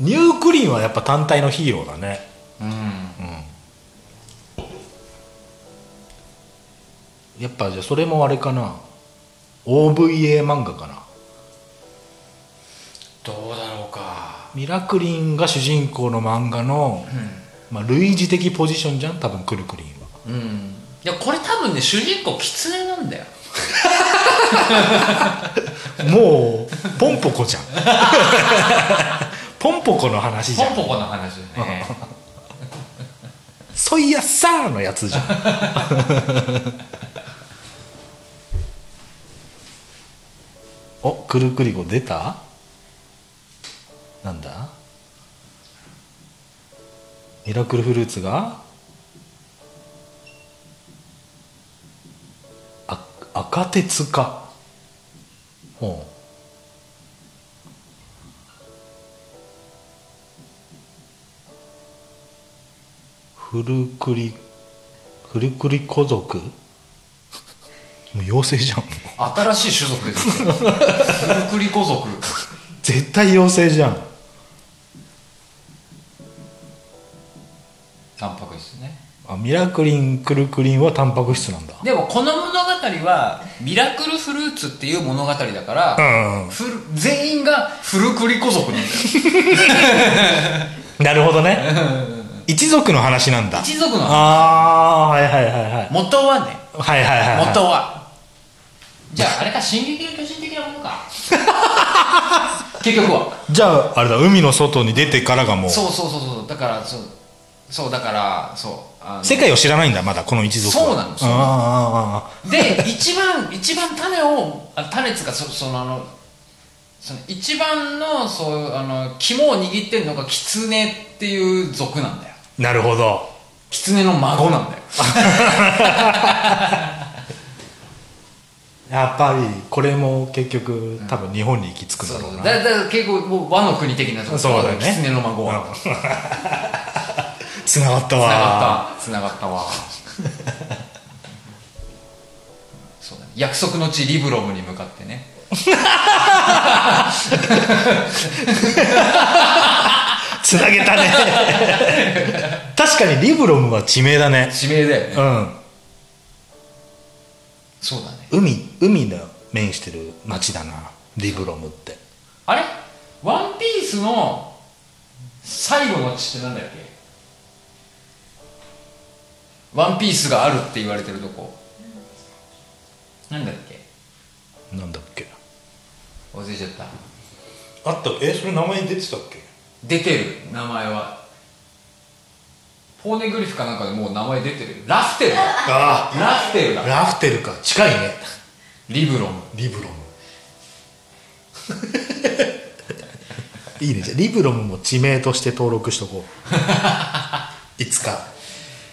ニュークリーンはやっぱ単体のヒーローだねうんやっぱじゃあそれもあれかな OVA 漫画かな [LAUGHS] どうだろうかミラクリンが主人公の漫画の、まあ、類似的ポジションじゃん多分クルクリンはうんいやこれ多分ね主人公狐なんだよもうポンポコじゃんポンポコの話じポゃンんポコの話だね「ソイヤッサー」のやつじゃんおくるくり語出たなんだミラクルフルーツがあ赤鉄かほうフルクリフルクリ古族もう妖精じゃん [LAUGHS] 新しい種族ですよフルクリコ [LAUGHS] 族絶対妖精じゃんタンパク質ねあミラクリンクルクリンはタンパク質なんだでもこの物語はミラクルフルーツっていう物語だから、うんフル全員がフルクリコ族なんだ [LAUGHS] よなるほどね一族の話なんだ一族の話ああはいはいはいはい元はねはいはいはい、はい、元は [LAUGHS] じゃああれか「進撃の巨人」的なもの [LAUGHS] か結局はじゃああれだ海の外に出てからがもうそうそうそうそうだからそうそうだからそうあの世界を知らないんだまだこの一族はそうなんですよああああで一番一番種をあ種つうかそそのあのその一番のそうあの肝を握ってるのが狐っていう族なんだよなるほど狐の孫なんだよやっぱりこれも結局多分日本に行き着くんそだうろうな、だだから結構もう和の国的な族そうだよね狐の孫はつながったつわながったつながったわそうだね約束の地リブロムに向かってねつなげたね確かにリブロムは地名だね地名だようねんそうだね海海の面してる町だなリブロムってあれワンピースの最後の地ってなんだっけワンピースがあるって言われてるとこなんだっけなんだっけ忘れちゃったあったえそれ名前出てたっけ出てる名前はポーネグリフかなんかでもう名前出てるラフテルだあラフテルあだラフテルか近いねリブロムリブロム [LAUGHS] いいねじゃあリブロムも地名として登録しとこういつか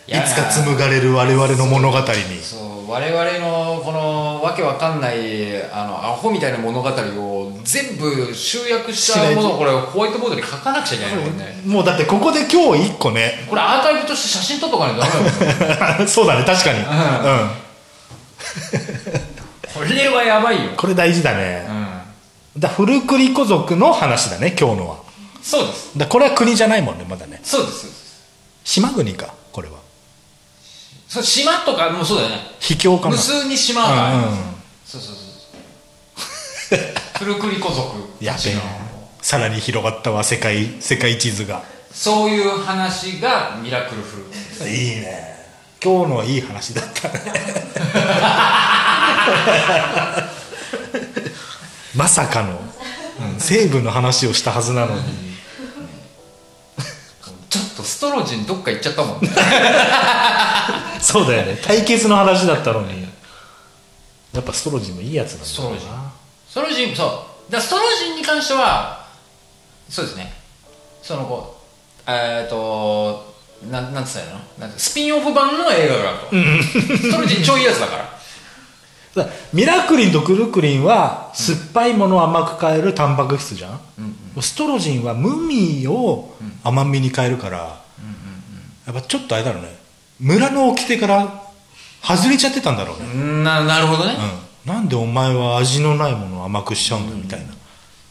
いやだつか紡がれる我々の物語にそう我々のこのわけわかんないあのアホみたいな物語を全部集約したものをこれホワイトボードに書かなくちゃいけないもんねもうだってここで今日1個ね [LAUGHS] これアーカイブとして写真撮っとかないとダメだもんね [LAUGHS] そうだね確かに、うんこれはやばいよ、これ大事だうね、ん、だ古栗古族の話だね今日のはそうですだこれは国じゃないもんねまだねそうですそうです島国かこれはそう島とかもそうだよね秘境かな無数に島があります、うんうんそうそうそうそう古栗古族やべえのさらに広がったわ世界世界地図がそういう話がミラクルフルいいね今日のはいい話だった [LAUGHS] ねまさかの、うん、西部の話をしたはずなのにちょっとストロジンどっか行っちゃったもんねそうだよね対決の話だったのにやっぱストロジンもいいやつなんだストロジンなストロジンそうだからストロジンに関してはそうですねそのこうえっ、となんなんつったらいいのなんてスピンオフ版の映画があると、ストロジンちょいいやつだからだからミラクリンとクルクリンは酸っぱいものを甘く変えるタンパク質じゃん、ストロジンは無味を甘みに変えるから、やっぱちょっとあれだろうね村の掟から外れちゃってたんだろうね、ななるほどね、うんなんでお前は味のないものを甘くしちゃうんだみたいな、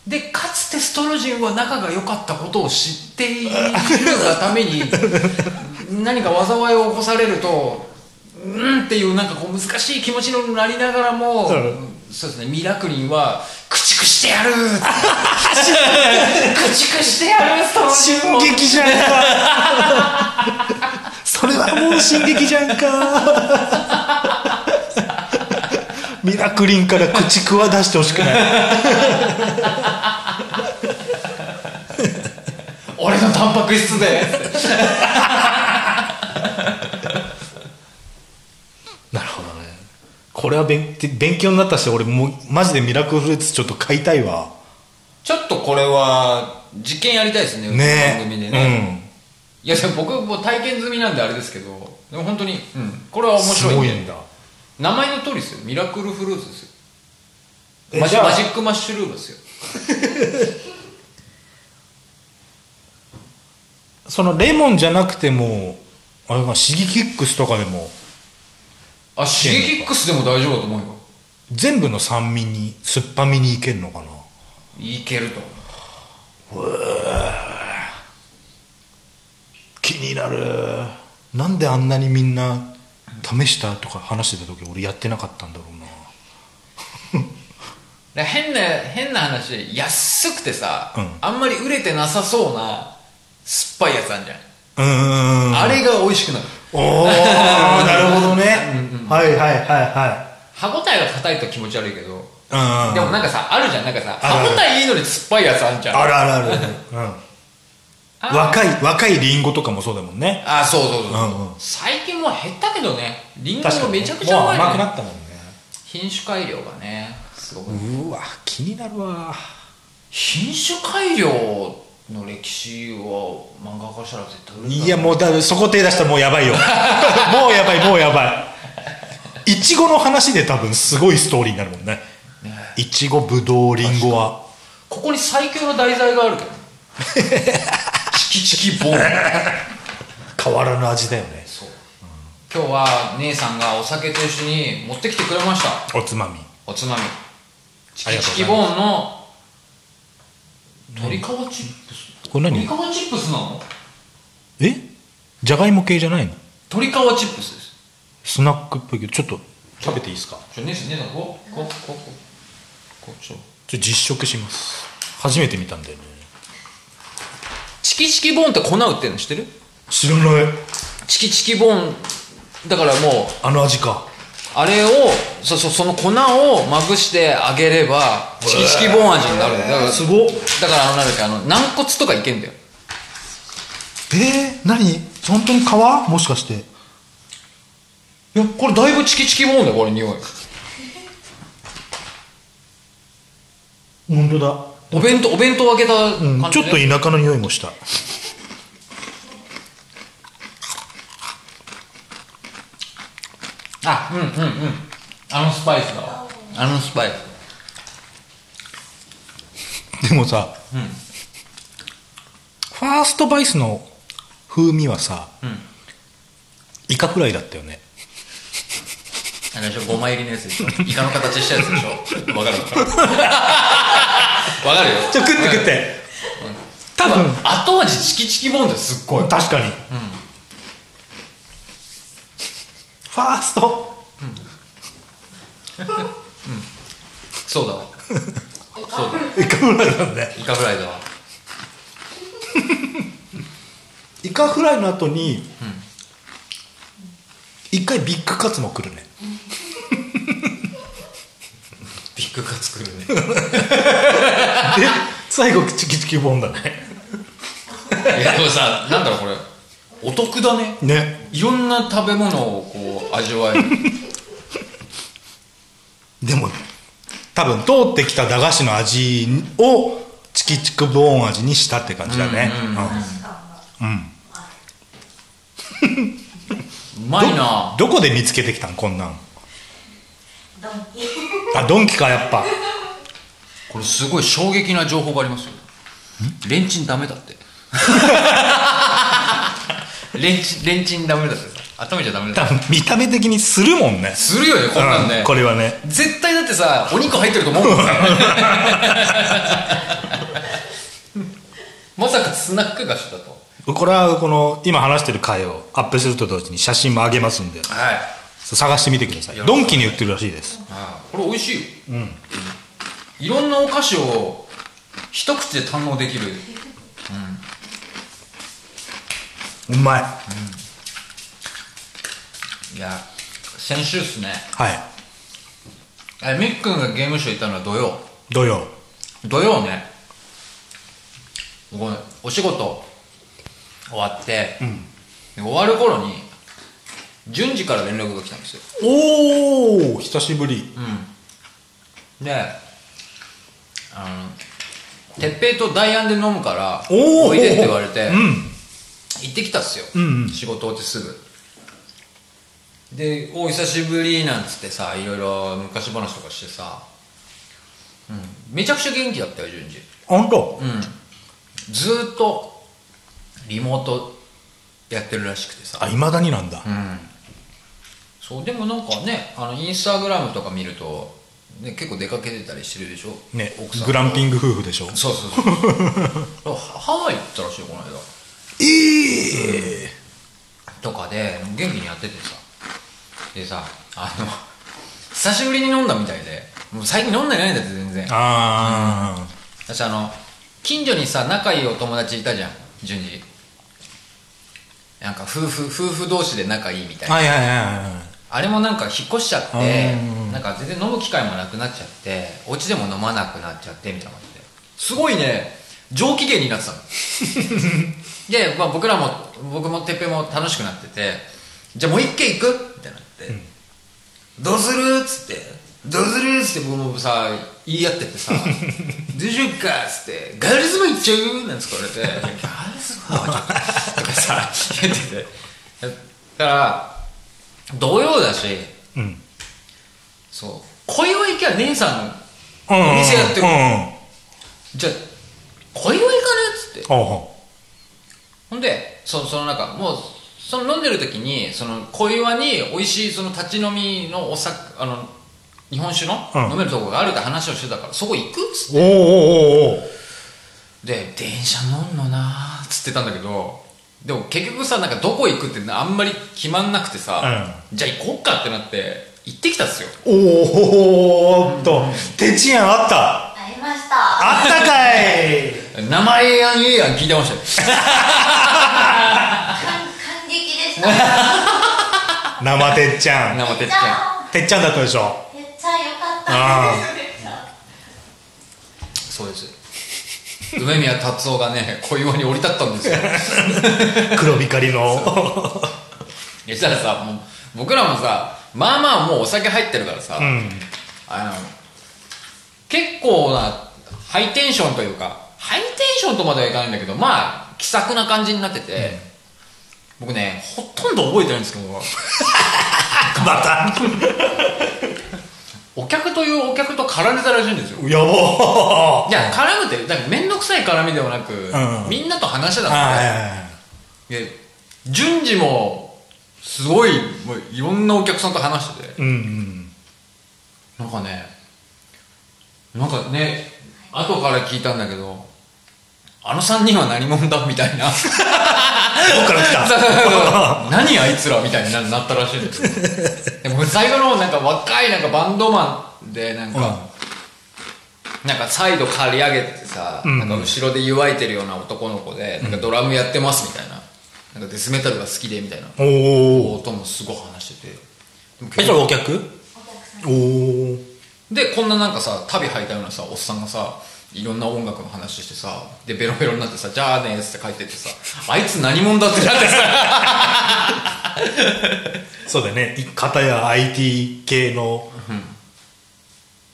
でかつてストロジンは仲が良かったことを知っているがために [LAUGHS] 何か災いを起こされるとうんっていうなんかこう難しい気持ちになりながらも、うんそうですねミラクリンは「駆逐して [LAUGHS] やる! 」駆逐してやるストロジン進を撃じゃんか [LAUGHS] それはもう進撃じゃんかミラクリンから駆逐は出してほしくない俺のタンパク質でなるほどねこれは勉勉強になったし俺もうマジでミラクルフルーツちょっと買いたいわちょっとこれは実験やりたいですねね番組でね、ねいやでも僕もう体験済みなんであれですけどでも本当に、うん、これはうん面す白いごんいでんだ名前の通りですよミラクルフルーツですよえマジじゃあマジックマッシュルームですよそのレモンじゃなくてもあれかシギキックスとかでもあシゲキックスでも大丈夫だと思うよ全部の酸味に酸っぱみにいけるのかないけると気になるなんであんなにみんな試したとか話してた時俺やってなかったんだろうなで変な変な話で安くてさ、うんあんまり売れてなさそうな酸っぱいやつあんじゃん、うーんあれが美味しくなるおおなるほどねはいはいは歯応えが硬いと気持ち悪いけどいはいうんでもなんかさあるじゃんなんかさある歯ある応えいいのに酸っぱいやつあんじゃんあるあるあるある、あうん、若い若いリンゴとかもそうだもんねあそうそうそうそう、うんうん最近もう減ったけどねリンゴ確かもにめちゃくちゃうまい、ね、もう甘くなったもんね品種改良がねすごい、うわ気になるわ品種改良の歴史を漫画化したら絶対売れるいやもうだそこ手出したらもうやばい [LAUGHS] よもうやばいもうやばいいちごの話で多分すごいストーリーになるもんねいちごぶどうりんごはここに最強の題材があるけど [LAUGHS] チキチキボン変わらぬ味だよねそう今日は姉さんがお酒と一緒に持ってきてくれましたおつまみおつまみチありキがとうチござキボいまンの鶏皮チップスこれ鶏何皮チップスなのえじゃがいも系じゃないの鶏皮チップスですスナックっぽいけどちょっと食べていいですかちょ姉さん姉さんこうこうこうこうこうちょちょっと実食します初めて見たんだよねチキチキボンって粉売ってるの知ってる知らないチキチキボンだからもうあの味かあれをそそその粉をまぶしてあげればチキチキボン味になるんだよだからすごっだからあのなんだっけあの軟骨とかいけんだよえー、何本当に皮もしかしていやこれだいぶチキチキボンだよこれ匂い本当だ、お弁当お弁当開けたうん感ちじょっとい田舎の匂いもしたああうんうんうんあのスパイスだわあのスパイスでもさ、ファーストバイスの風味はさ、イカフライだったよねあれでしょごま入りのやつでしょイカの形したやつでしょわかるわかるわかるよちょ食って食って、多分後味チキチキボンですっごい確かに、ファーストそう [LAUGHS] だわそうだイカフライなんでイカフライだわイカフライの後に、一回ビッグカツも来るねビッグカツくるねで [LAUGHS] 最後チキチキボンだねいやでもさなんだろうこれお得だねねいろんな食べ物をこう味わえるでも多分通ってきた駄菓子の味をチキチキボーン味にしたって感じだねうんうんうんうんしかもうまいなどこで見つけてきたんこんなんドンキあドンキかやっぱこれすごい衝撃な情報がありますよレンチンダメだってレンチンレンチンダメだってさ温めちゃダメだ多って分見た目的にするもんねするよねこんなんね、うんこれはね絶対だってさお肉入ってると思うもん [LAUGHS] まさかスナック菓子だとこれはこの今話してる回をアップすると同時に写真も上げますんではい探してみてくださいドンキに売ってるらしいですああこれ美味しいよ、いろんなお菓子を一口で堪能できるうまいいや先週っすねはいあれみっくんがゲームショー行ったのは土曜土曜土曜ね僕ねお仕事終わって、で終わる頃に順次から連絡が来たんですよおお久しぶりであの鉄平とダイアンで飲むからおおおいでって言われて、うん行ってきたっすよ、うんうん仕事終わってすぐで「お久しぶり」なんつってさいろいろ昔話とかしてさ、うん、めちゃくちゃ元気だったよ順次本当うんずーっとリモートやってるらしくてさあいまだになんだうんそうでもなんかねあのインスタグラムとか見ると、ね、結構出かけてたりしてるでしょね奥さんグランピング夫婦でしょそうそうそう [LAUGHS] ハハワイ行ったらしいよこの間ええとかで元気にやっててさでさあの久しぶりに飲んだみたいでもう最近飲んでないんだって全然あ私あの近所にさ仲いいお友達いたじゃん順次なんか夫婦夫婦同士で仲いいみたいあなはいはいはいはあれもなんか引っ越しちゃっうてんなんか全然飲む機会もなくなっちゃってお家でも飲まなくなっちゃってみたいな感じですごいね上機嫌にな [LAUGHS] ってたので、まあ、僕らも僕もてっぺいも楽しくなっててじゃあもう一軒行くってなって、どうするっつってどうするっつって僕もさ言い合ってて [LAUGHS] さどうしようかっつってガールズバー行っちゃうなんつって言われていや [LAUGHS] ガールズバーはちょっととかさ言っててだから土曜だしいうんそう小岩行きゃ姉さんうんお店やってるうんじゃあ小岩行かねっつってうんうんほんでそそのなんかもうその飲んでる時にその小岩に美味しいその立ち飲みのお酒あの日本酒の、うん飲めるとこがあるって話をしてたからそこ行くっつっておーおーおーおーで電車乗んのなーっつってたんだけどでも結局さなんかどこ行くってあんまり決まんなくてさ、じゃあ行こっかってなって行ってきたっすよおーっとてちやんあったありましたあったかい名前やんええやん聞いてましたよ感感激 [LAUGHS] でしたて生てっちゃん生っ鉄ちちゃんゃんてっちゃんだったでしょてっちゃんよかったですそうです梅宮達夫がね [LAUGHS] 小岩に降り立ったん [LAUGHS] ですよ黒光りのそしたらさもう僕らもさまあまあもうお酒入ってるからさ、うんあの結構なハイテンションというかハイテンションとまではいかないんだけどまあ気さくな感じになってて、僕ねほとんど覚えてないんですけどまたお客というお客と絡んでたらしいんですよやばいや絡むってだから面倒くさい絡みではなく、うんみんなと話してたんですよはで順次もすごいもういろんなお客さんと話してていうんなうんんかねなんかね後から聞いたんだけどあの3人は何者だみたいな [LAUGHS] どっから来た何あいつらみたいにななったらしいんですよでも最後の方なんか若いなんかバンドマンでなんか、なんかサイド刈り上げてさ、うんなんか後ろで湯わいてるような男の子で、なんかドラムやってますみたいななんかデスメタルが好きでみたいなおお音もすごい話しててでもえそれお客お客さんおおでこんななんかさ旅履いたようなさおっさんがさいろんな音楽の話してさでベロベロになってさ「じゃあね」っつって帰ってってさあいつ何者だってなってさ [LAUGHS] そうだよねい片や IT 系の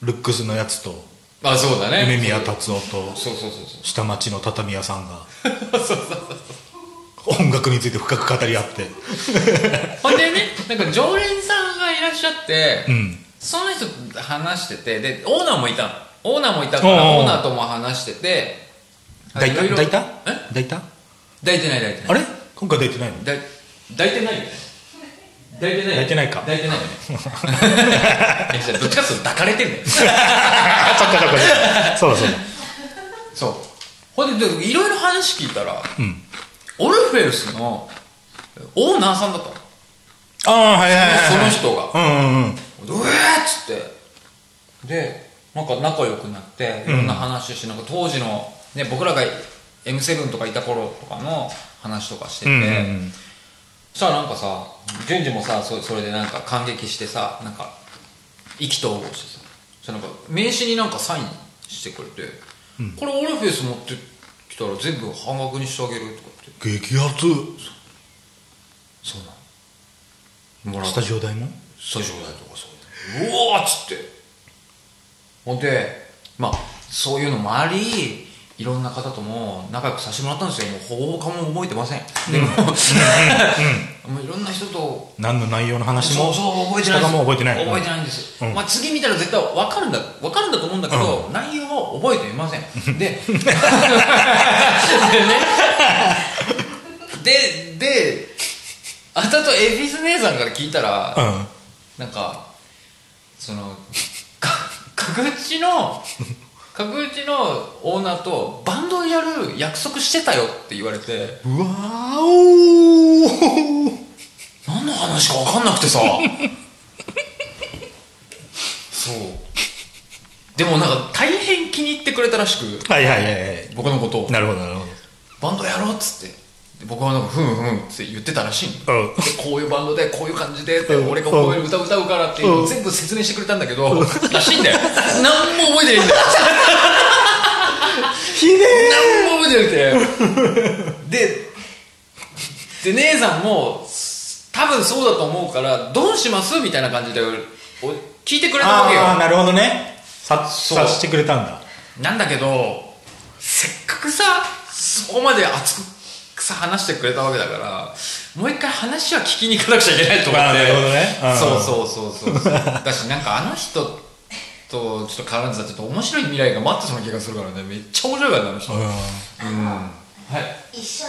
ルックスのやつとあそうだね梅宮達夫とそうそうそう下町の畳屋さんがそうそうそうそう音楽について深く語り合ってほんでねなんか常連さんがいらっしゃって、うんその人と話しててでオーナーもいたのオーナーもいたからおうおうオーナーとも話してて抱いたろろ抱いたえ抱いた抱いてない抱いてないあれ今回抱いてないのだ抱いてないよね抱いてない抱いてないか抱いて [LAUGHS] ないよねいやじゃあどっちかっていうと抱かれてるんだよあそっかそっか [LAUGHS] そうだそうだそうほんででいろいろ話聞いたら、んオルフェウスのオーナーさんだ [LAUGHS] ったのああはいはいはいはいその人がうんうんうん「うえー!」っつってでなんか仲良くなっていろんな話をして、なんか当時の、ね、僕らが M7 とかいた頃とかの話とかしてて、うんうんそしたらなんかさ順次もさそそれでなんか感激してさなんか意気投合してさそしたらなんか名刺になんかサインしてくれて、これオルフェス持ってきたら全部半額にしてあげるとかって激アツそうなのもらっスたタジオ代もスタジオ代とかそうでうわーっつってほんでまあそういうのもありいろんな方とも仲良くさせてもらったんですよもうほぼ顔も覚えてませんでも [LAUGHS] もういろんな人と何の内容の話そもうそう覚えてない人がもう覚えてない覚えてないんです、うんまあ、次見たら絶対分かるんだ分かるんだと思うんだけど、内容は覚えていません [LAUGHS] でで,、ね、でであたと恵比寿姉さんから聞いたら、うんうんなんかその [LAUGHS] か角打ちの角打ちのオーナーとバンドをやる約束してたよって言われてうわーおー何の話か分かんなくてさそうでもなんか大変気に入ってくれたらしくはいはいはいはい僕のことをなるほどなるほバンドやろうっつってで僕はなんかふんふんって言ってたらしいのどうんでこういうバンドでこういう感じでってうん俺がこういう歌歌うからっていうのうをん全部説明してくれたんだけどらしいんだよ何も覚えてないんだよひね何も覚えてなくてでで姉さんも多分そうだと思うからどうしますみたいな感じでお聞いてくれたわけよああなるほどねさそう察してくれたんだなんだけどせっかくさそこまで熱くさ話してくれたわけだからもう一回話は聞きに行かなくちゃいけないと思ってあーなるほどねうんそうそうそうそうそうだしなんかあの人とちょっと絡んでたらちょっと面白い未来が待ってそうな気がするからねめっちゃ面白いからねあの人うんうんはい [LAUGHS] 一緒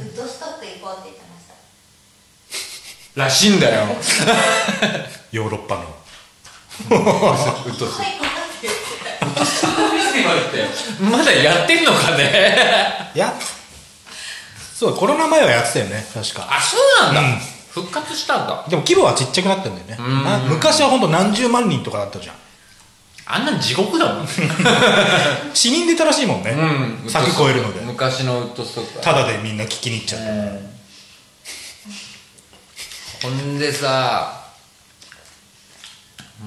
にウッドストック行こうって言ってましたらしいんだよヨーロッパのうっとうしいはい行こうって言ってたまだやってんのかねいやそうコロナ前はやってたよね確か [LAUGHS] あそうなんだ、うん復活したんだでも規模はちっちゃくなったんだよねんな昔は本当何十万人とかだったじゃんあんなん地獄だもんね死人出たらしいもん [LAUGHS] ね、うん柵越えるので昔のウッドストックはただでみんな聞きに行っちゃってほんでさ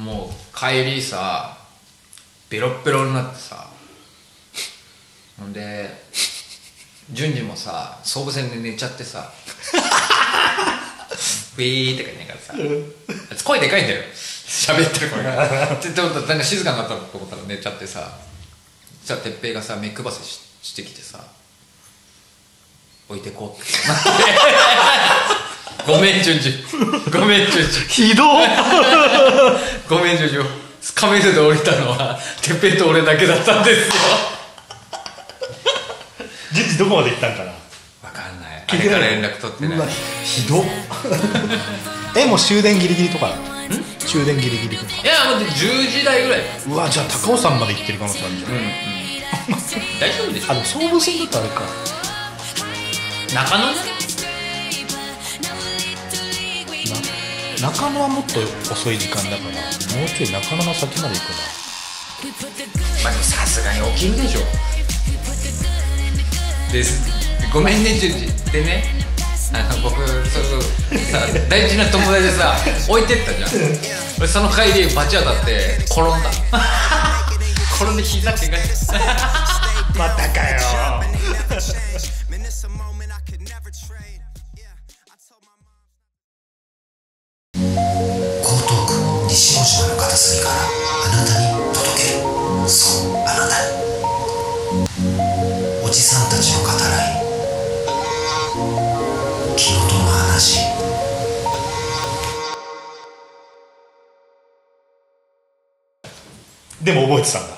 もう帰りさベロッベロになってさほんで順次もさ総武線で寝ちゃってさ [LAUGHS] ウィーってか言いながらさあいつ声でかいんだよ喋ってる声がって思ったらなんか静かになったのと思ったら寝ちゃってさじゃあ哲平がさ目配せししてきてさ置いてこうってごめん順次ごめん順次ひど [LAUGHS] っごめん順次亀戸で降りたのはてっぺんと俺だけだったんですよ順次どこまで行ったんかなわかんないあれから連絡取ってなういわひ [LAUGHS] どっえもう終電ギリギリとか終電ギリギリとかいやもう10時台ぐらいうわじゃあ高尾山まで行ってる可能性あるじゃん、大丈夫でしょあでも総武線だったらあれか中野ねな中野はもっと遅い時間だからもうちょい中野の先まで行くなまあでもさすがに起きるでしょですごめんね順次でねあの僕そうそうさ大事な友達でさ置いてったじゃん俺その帰りバチ当たって転んだ [LAUGHS] 転んで膝怪我したまたかよ Man, it's a moment I could never trade. Yeah, I told my mom. 江東区西大島の片隅からあなたに届けるそうあなたにおじさんたちの語らい気の毒の話でも覚えてたんだ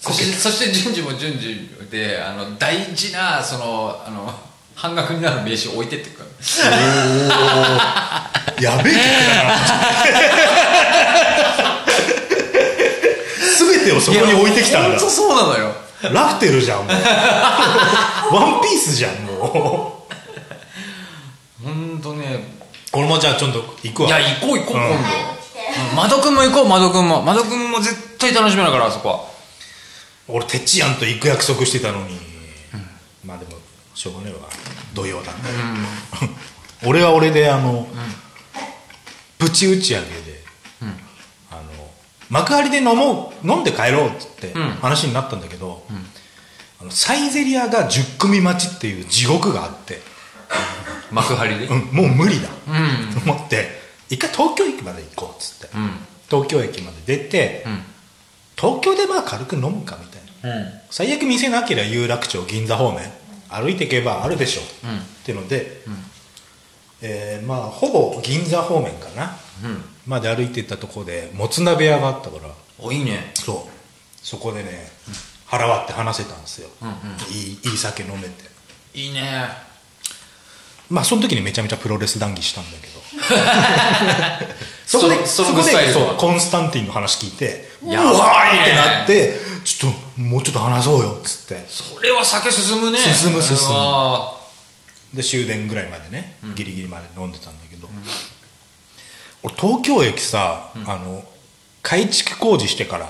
そしてそして順次も順次であの大事なそのあの半額になる名刺置いてってくからやべえ曲だな全てをそこに置いてきたん本だ当そうなのよラフテルじゃんもう [LAUGHS] ワンピースじゃんもう本当ね俺もじゃあちょっと行くわいや行こう行こう、うん今早く来て。度窓くんも行こう窓くんも窓くんも絶対楽しみだからあそこは俺てっちやんと行く約束してたのに、まあでもしょうがねえわ土曜だったり、 [LAUGHS] 俺は俺であの、プチ打ち上げで、あの幕張で飲もう飲んで帰ろうっつってん話になったんだけど、あのサイゼリアが10組待ちっていう地獄があって、幕張で、うん、もう無理だ、と思って一回東京駅まで行こうっつって、ん東京駅まで出て、ん東京でまあ軽く飲むかみたいな。最悪店なければ有楽町銀座方面歩いていけばあるでしょう、っていうので、えーまあほぼ銀座方面かな、まで歩いていったところでもつ鍋屋があったからおいいねそうそこでね、腹割って話せたんですよ、いいいい酒飲めていいねまあその時にめちゃめちゃプロレス談義したんだ [LAUGHS] けどそこでそそそのこでスタイルそうコンスタンティンの話聞いてうやわばいねーってなってちょっともうちょっと話そうよっつってそれは酒進むね進む進むそれはで終電ぐらいまでねギリギリまで飲んでたんだけど、俺東京駅さ、あの改築工事してから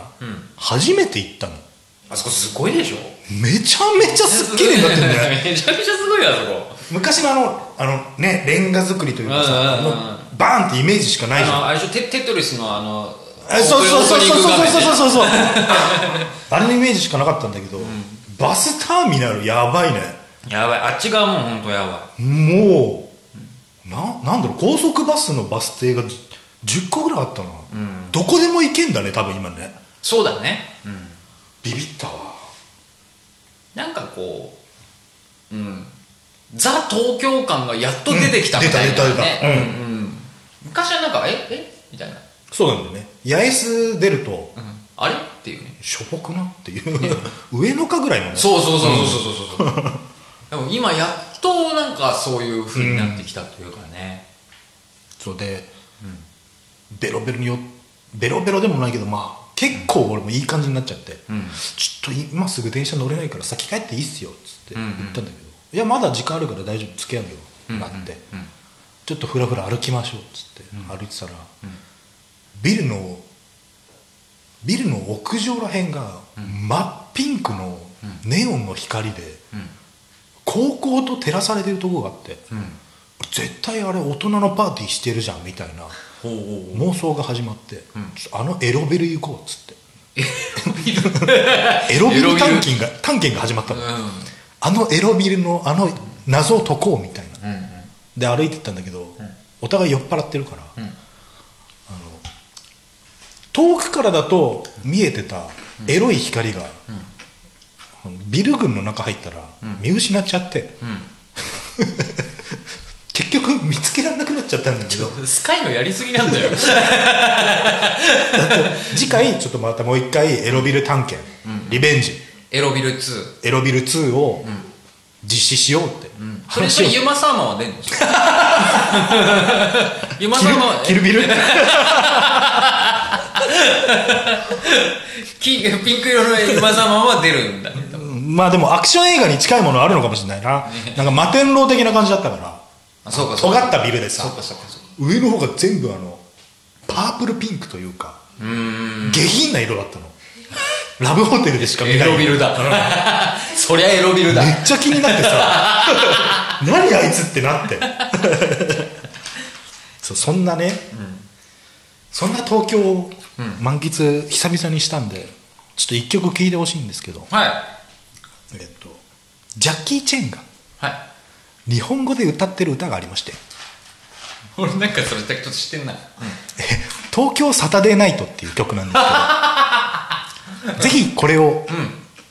初めて行ったの、あそこすごいでしょめちゃめちゃすっきりになってんだ [LAUGHS] よめちゃくちゃすごいよあそこ昔のあのあのねレンガ作りというかうさ、んうんうんあのバーンってイメージしかないじあゃんのあれでしょテテトリスのあのえそうそうそうそうそうそうそうそううそうそう [LAUGHS] あれのイメージしかなかったんだけど、バスターミナルやばいねやばいあっち側も本当やばもうななんだろう高速バスのバス停がじ10個ぐらいあったな、どこでも行けんだね多分今ねいそうだねビビったわなんかこううんザ東京感がやっと出てきたみたいな、ねうん出た出た出うんうん昔はなんかええみたいな、そうなんだよね八重洲出るとうんあれっていうねしょぼくなっていう上野かぐらいのねそうそうそうそうそうそうそう、 [LAUGHS] でも今やっとなんかそういう風になってきたというかね、そうで、ベロベロによベロベロでもないけどまあ結構俺もいい感じになっちゃって、ちょっと今すぐ電車乗れないから先帰っていいっすよっつって言ったんだけど、いやまだ時間あるから大丈夫付き合うよなって、ちょっとふらふら歩きましょうっつって、歩いてたら、ビルのビルの屋上らへんが真っピンクのネオンの光で、高校と照らされてるとこがあって、絶対あれ大人のパーティーしてるじゃんみたいな妄想が始まって、ちょっとあのエロビル行こうっつ [LAUGHS] って [LAUGHS] エロビル探検が探検が始まったの、あのエロビルのあの謎を解こうみたいな、で歩いてったんだけど、お互い酔っ払ってるから、あの遠くからだと見えてたエロい光が、ビル群の中 [LAUGHS] 入ったら見失っちゃって、結局見つけられなくちゃったんだけどスカイのやりすぎなんだよ次回ちょっとまたもう一回エロビル探検、リベンジ [LAUGHS] エロビル2エロビル2を実施しようって、それと話をユマサーマンは出んの [LAUGHS] ユマサーマンはキルビルきピンク色のユマサーマンは出るんだね多分まあでもアクション映画に近いものあるのかもしれないな、なんか摩天楼的な感じだったから [LAUGHS] あそうかそうか尖ったビルでさそうかそうかそうか上の方が全部あのパープルピンクというか下品な色だったのラブホテルでしか見エないロビルだ [LAUGHS] そりゃエロビルだめっちゃ気になってさ何あいつってなって [LAUGHS] そうそんなね、そんな東京を満喫久々にしたんでちょっと一曲聴いてほしいんですけど、はいえっと、ジャッキー・チェンがはい日本語で歌ってる歌がありまして俺なんかそれちょっと知ってんな「東京サタデーナイト」っていう曲なんです [LAUGHS] けどぜひこれを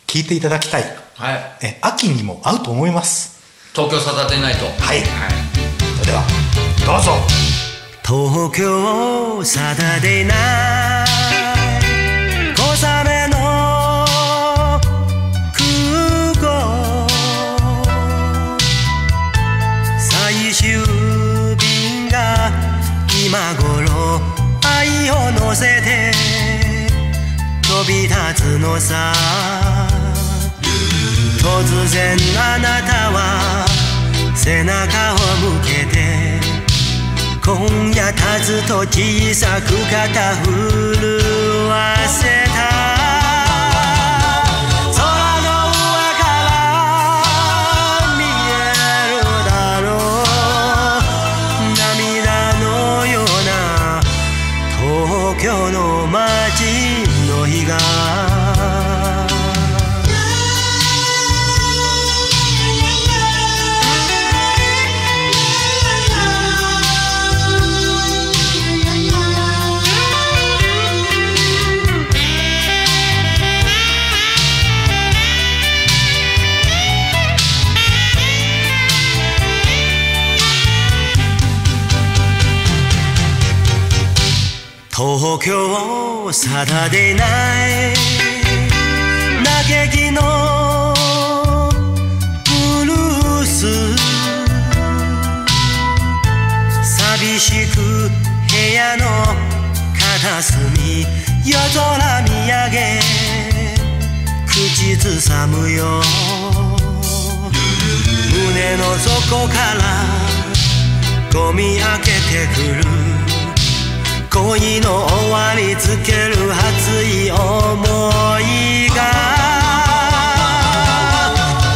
聴いていただきたい、はいえ秋にも合うと思います東京サタデーナイトはい、それではどうぞ東京サタデーナイト小雨の空港最終便が今頃愛を乗せて飛び立つのさ突然あなたは背中を向けて今夜数と小さく肩震わせた空の上から見えるだろう涙のような東京の街の日が東京サタデーナイ嘆きのブルース寂しく部屋の片隅夜空見上げ口ずさむよ胸の底からゴミ開けてくる恋の終わりつける熱い思いが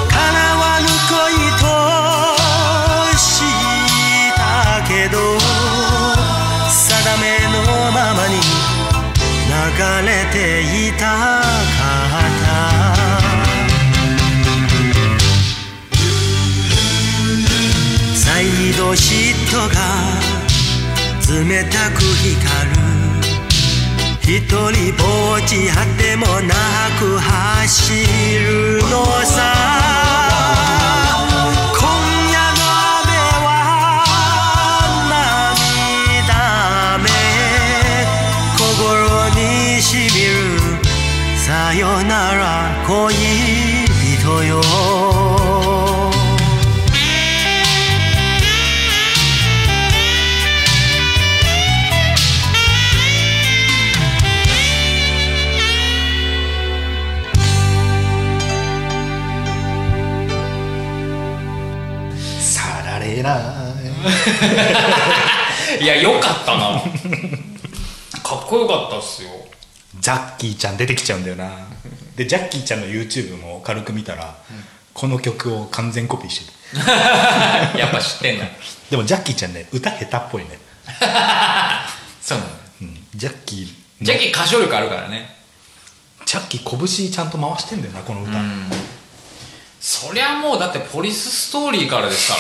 叶わぬ恋としたけど定めのままに流れていたかった再度嫉妬が冷たく光る一人ぼっち果てもなく走るのさ今夜の雨は涙雨心にしみるさよなら恋人よさられないいやよかったなかっこよかったっすよジャッキーちゃん出てきちゃうんだよなでジャッキーちゃんの YouTube も軽く見たら、この曲を完全コピーしてるやっぱ知ってんなでもジャッキーちゃんね歌下手っぽいね、そうなのうん、ジャッキージャッキー歌唱力あるからねジャッキー拳ちゃんと回してんだよなこの歌、そりゃもうだってポリスストーリーからです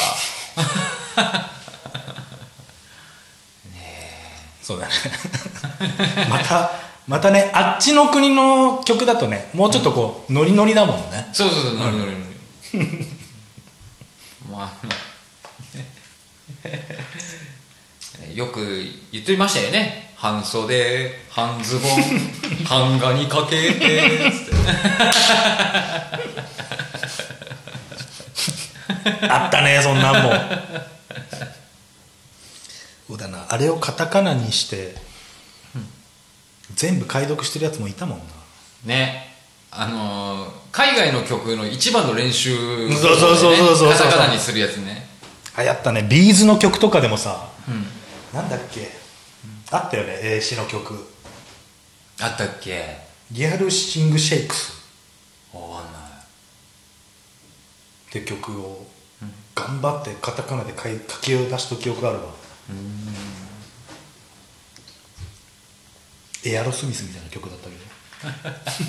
からそうだねまたまたねあっちの国の曲だとねもうちょっとこう、ノリノリだもんねそうそうそう、なるなるなる。まあ、えーよく言ってましたよね半袖半ズボン半ガにかけてつってあったねそんなんもそうだなあれをカタカナにして、全部解読してるやつもいたもんなねあのー海外の曲の一番の練習をねそうそうそうそうそうカタカナにするやつね流行ったねビーズの曲とかでもさ、なんだっけ、あったよね A 詞の曲あったっけリアルシングシェイクスわかんないって曲を頑張ってカタカナで書い書き出した記憶があるわエアロスミスみたいな曲だったけど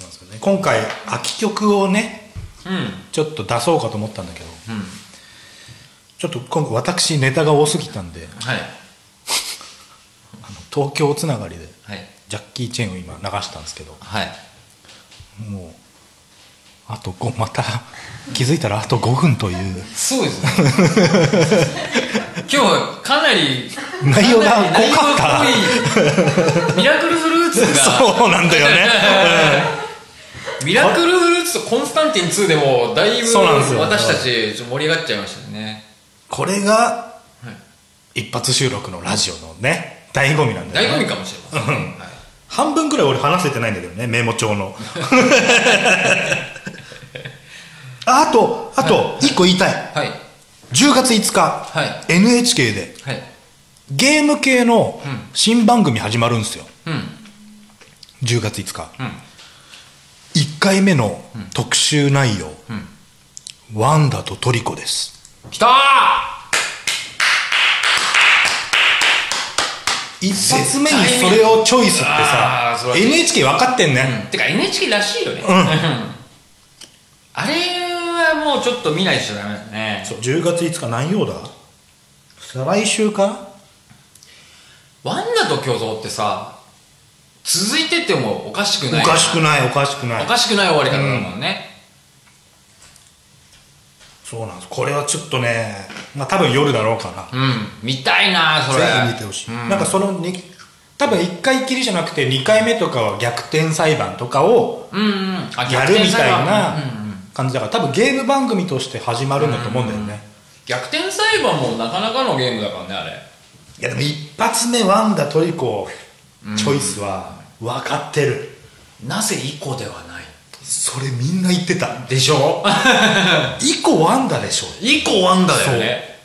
なんですかね今回秋曲をねうんちょっと出そうかと思ったんだけどうんちょっと今回私ネタが多すぎたんではいあの東京つながりではいジャッキー・チェンを今流したんですけどはいもうあと5また気づいたらあと5分というそう [LAUGHS] ですね今日かなり内容が濃かった内容が濃いミラクルフルーツが [LAUGHS] そうなんだよね、ミラクルフルーツとコンスタンティン2でもだいぶそうなんですよ私たちちょっと盛り上がっちゃいましたねこれが一発収録のラジオのね醍醐味なんだ醍よ醐ね味かもしれません、はい、半分ぐらい俺話せてないんだけどねメモ帳の [LAUGHS] ああとあと1個言いたいはい10月5日、は NHK ではいゲーム系のん新番組始まるんですようん10月5日、うん1回目の特集内容、ワンダとトリコですきたー一発目にそれをチョイスってさあー素晴らしい NHK 分かってんね、てか NHK らしいよね、 [LAUGHS] あれはもうちょっと見ないとダメだねそう10月5日何曜だ再来週かワンダと巨像ってさ続いててもおかしくおないかしくないおかしくないおかしくない終わり方だもんね、そうなんですこれはちょっとねまあ多分夜だろうかうん、見たいなそなれぜひ見てほしい、うんなんかそのに多分1回きりじゃなくて2回目とかは逆転裁判とかをうんうんあやるみた逆いな転裁判うんうん感じだから多分ゲーム番組として始まるんだと思うんだよね、逆転裁判もなかなかのゲームだからねあれいやでも一発目ワンダトリコチョイスは分かってる、なぜ以降ではないそれみんな言ってたでし [LAUGHS] ょ以降ワンダでしょ以降ワンダだよね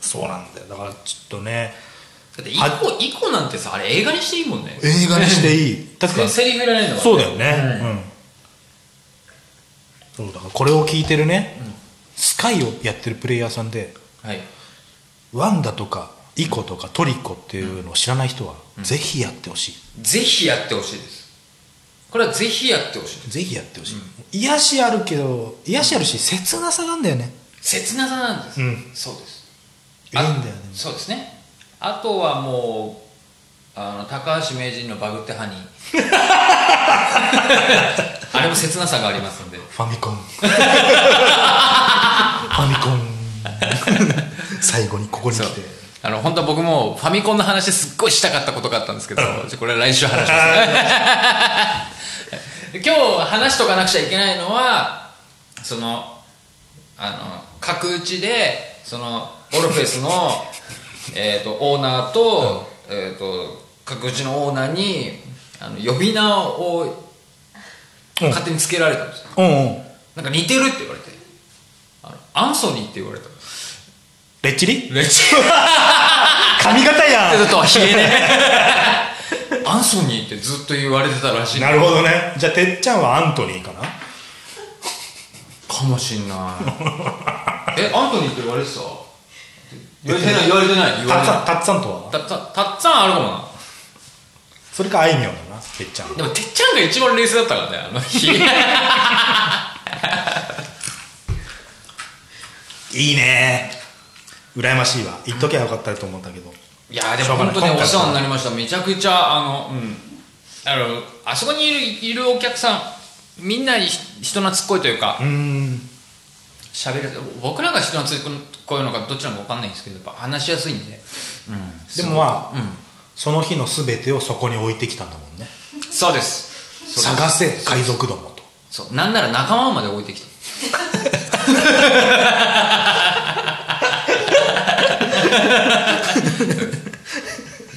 そうなんだよだからちょっとねだって以降以降なんてさあれ映画にしていいもんね映画にしていい確かにセリフいらないのそうだよねうん、そうだからこれを聞いてるね、スカイをやってるプレイヤーさんではいワンダとかイコとかトリコっていうのを知らない人は、ぜひやってほしいぜひやってほしいですこれはぜひやってほしいぜひやってほしい、癒しあるけど癒しあるし切なさがあるんだよね切なさなんです、うんそうですいいんだよねそうですねあとはもうあの高橋名人のバグって [LAUGHS] ハニーあれも切なさがありますんでファミ [LAUGHS] コンファミコン最後にここに来そうてあの本当は僕もファミコンの話すっごいしたかったことがあったんですけど、じゃあこれは来週話します、 [LAUGHS] 今日話しとかなくちゃいけないのはそのあの角打ちでそのオルフェス [LAUGHS] のえーとオーナーと,、えー、と角打ちのオーナーにあの呼び名をうん勝手につけられたんですよ、うんうんなんか似てるって言われてあのアンソニーって言われたレッチリめっちゃ髪型やちょっとひげね [LAUGHS] アンソニーってずっと言われてたらしいなるほどねじゃあてっちゃんはアントニーかなかもし [LAUGHS] んないえアントニーって言われてた言われてない言われてない言わたっれてさなんいたっさんとたっはさんたっさんあるかもなそれかあいみょんだなてっちゃんでもてっちゃんが一番冷静だったからねあの [LAUGHS] 日いいね羨ましいわ言っときゃよかったと思ったけどいやーでしょもうがな本い当に今お回は世話になりましためちゃくちゃあのうんあのあそこにいるいるお客さんみんなに人懐っこいというかうーん喋れる僕らが人懐っこいこういうのかどっちなのか分かんないんですけどやっぱ話しやすいんで、でもまあ、うんその日の全てをそこに置いてきたんだもんねそうですそうです探せ海賊どもとそうなんなら仲間まで置いてきた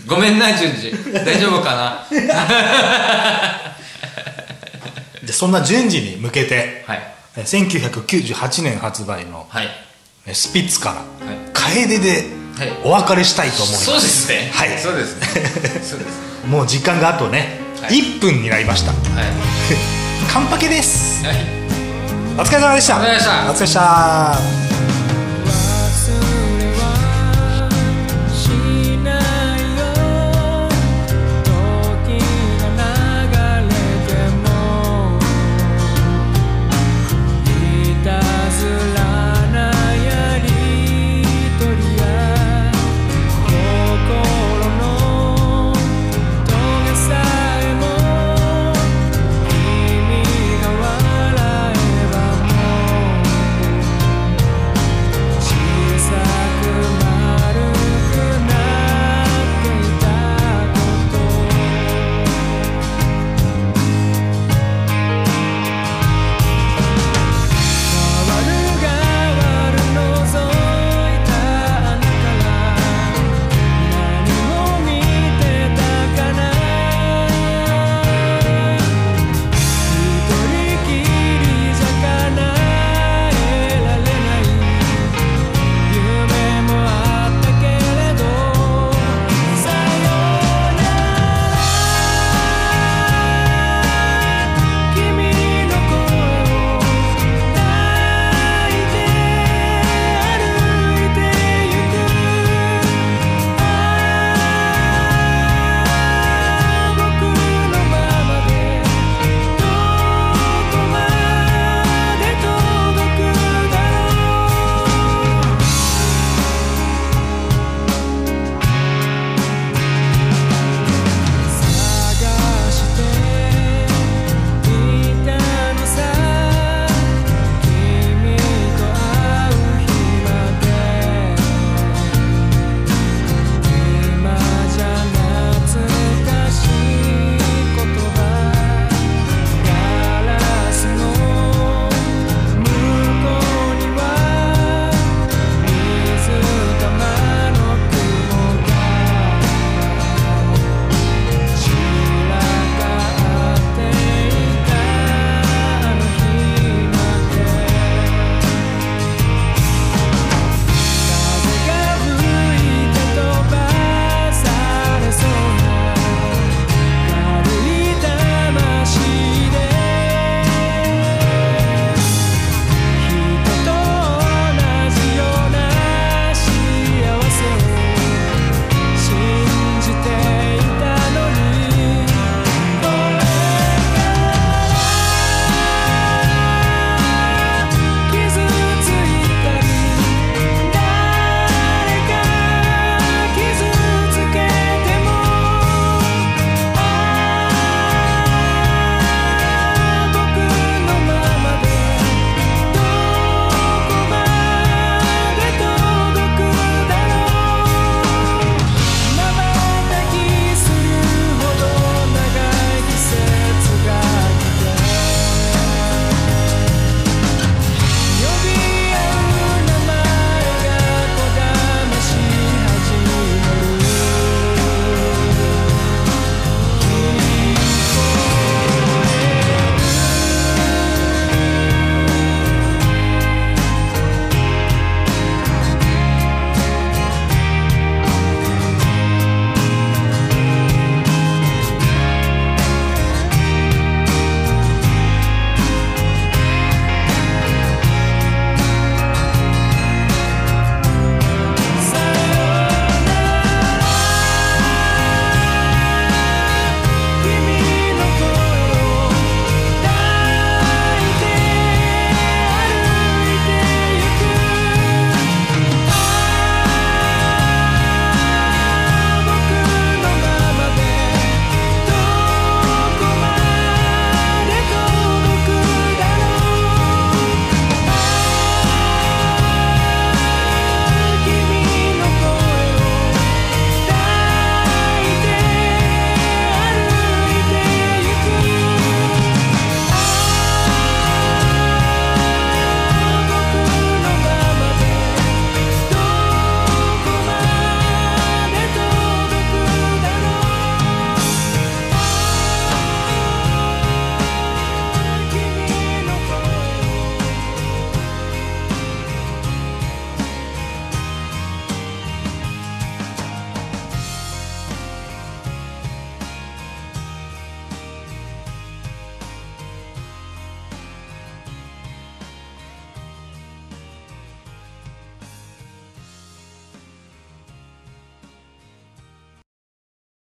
ごめんな順次大丈夫かなでそんな順次に向けて、はいえ1998年発売のはいえスピッツから、はい楓ではいお別れしたいと思います、そうですねはいそうですねそうですねもう時間があとね、はい1分になりましたはカンパケですい、はいお疲れ様でしたお疲れ様でしたお疲れ様でした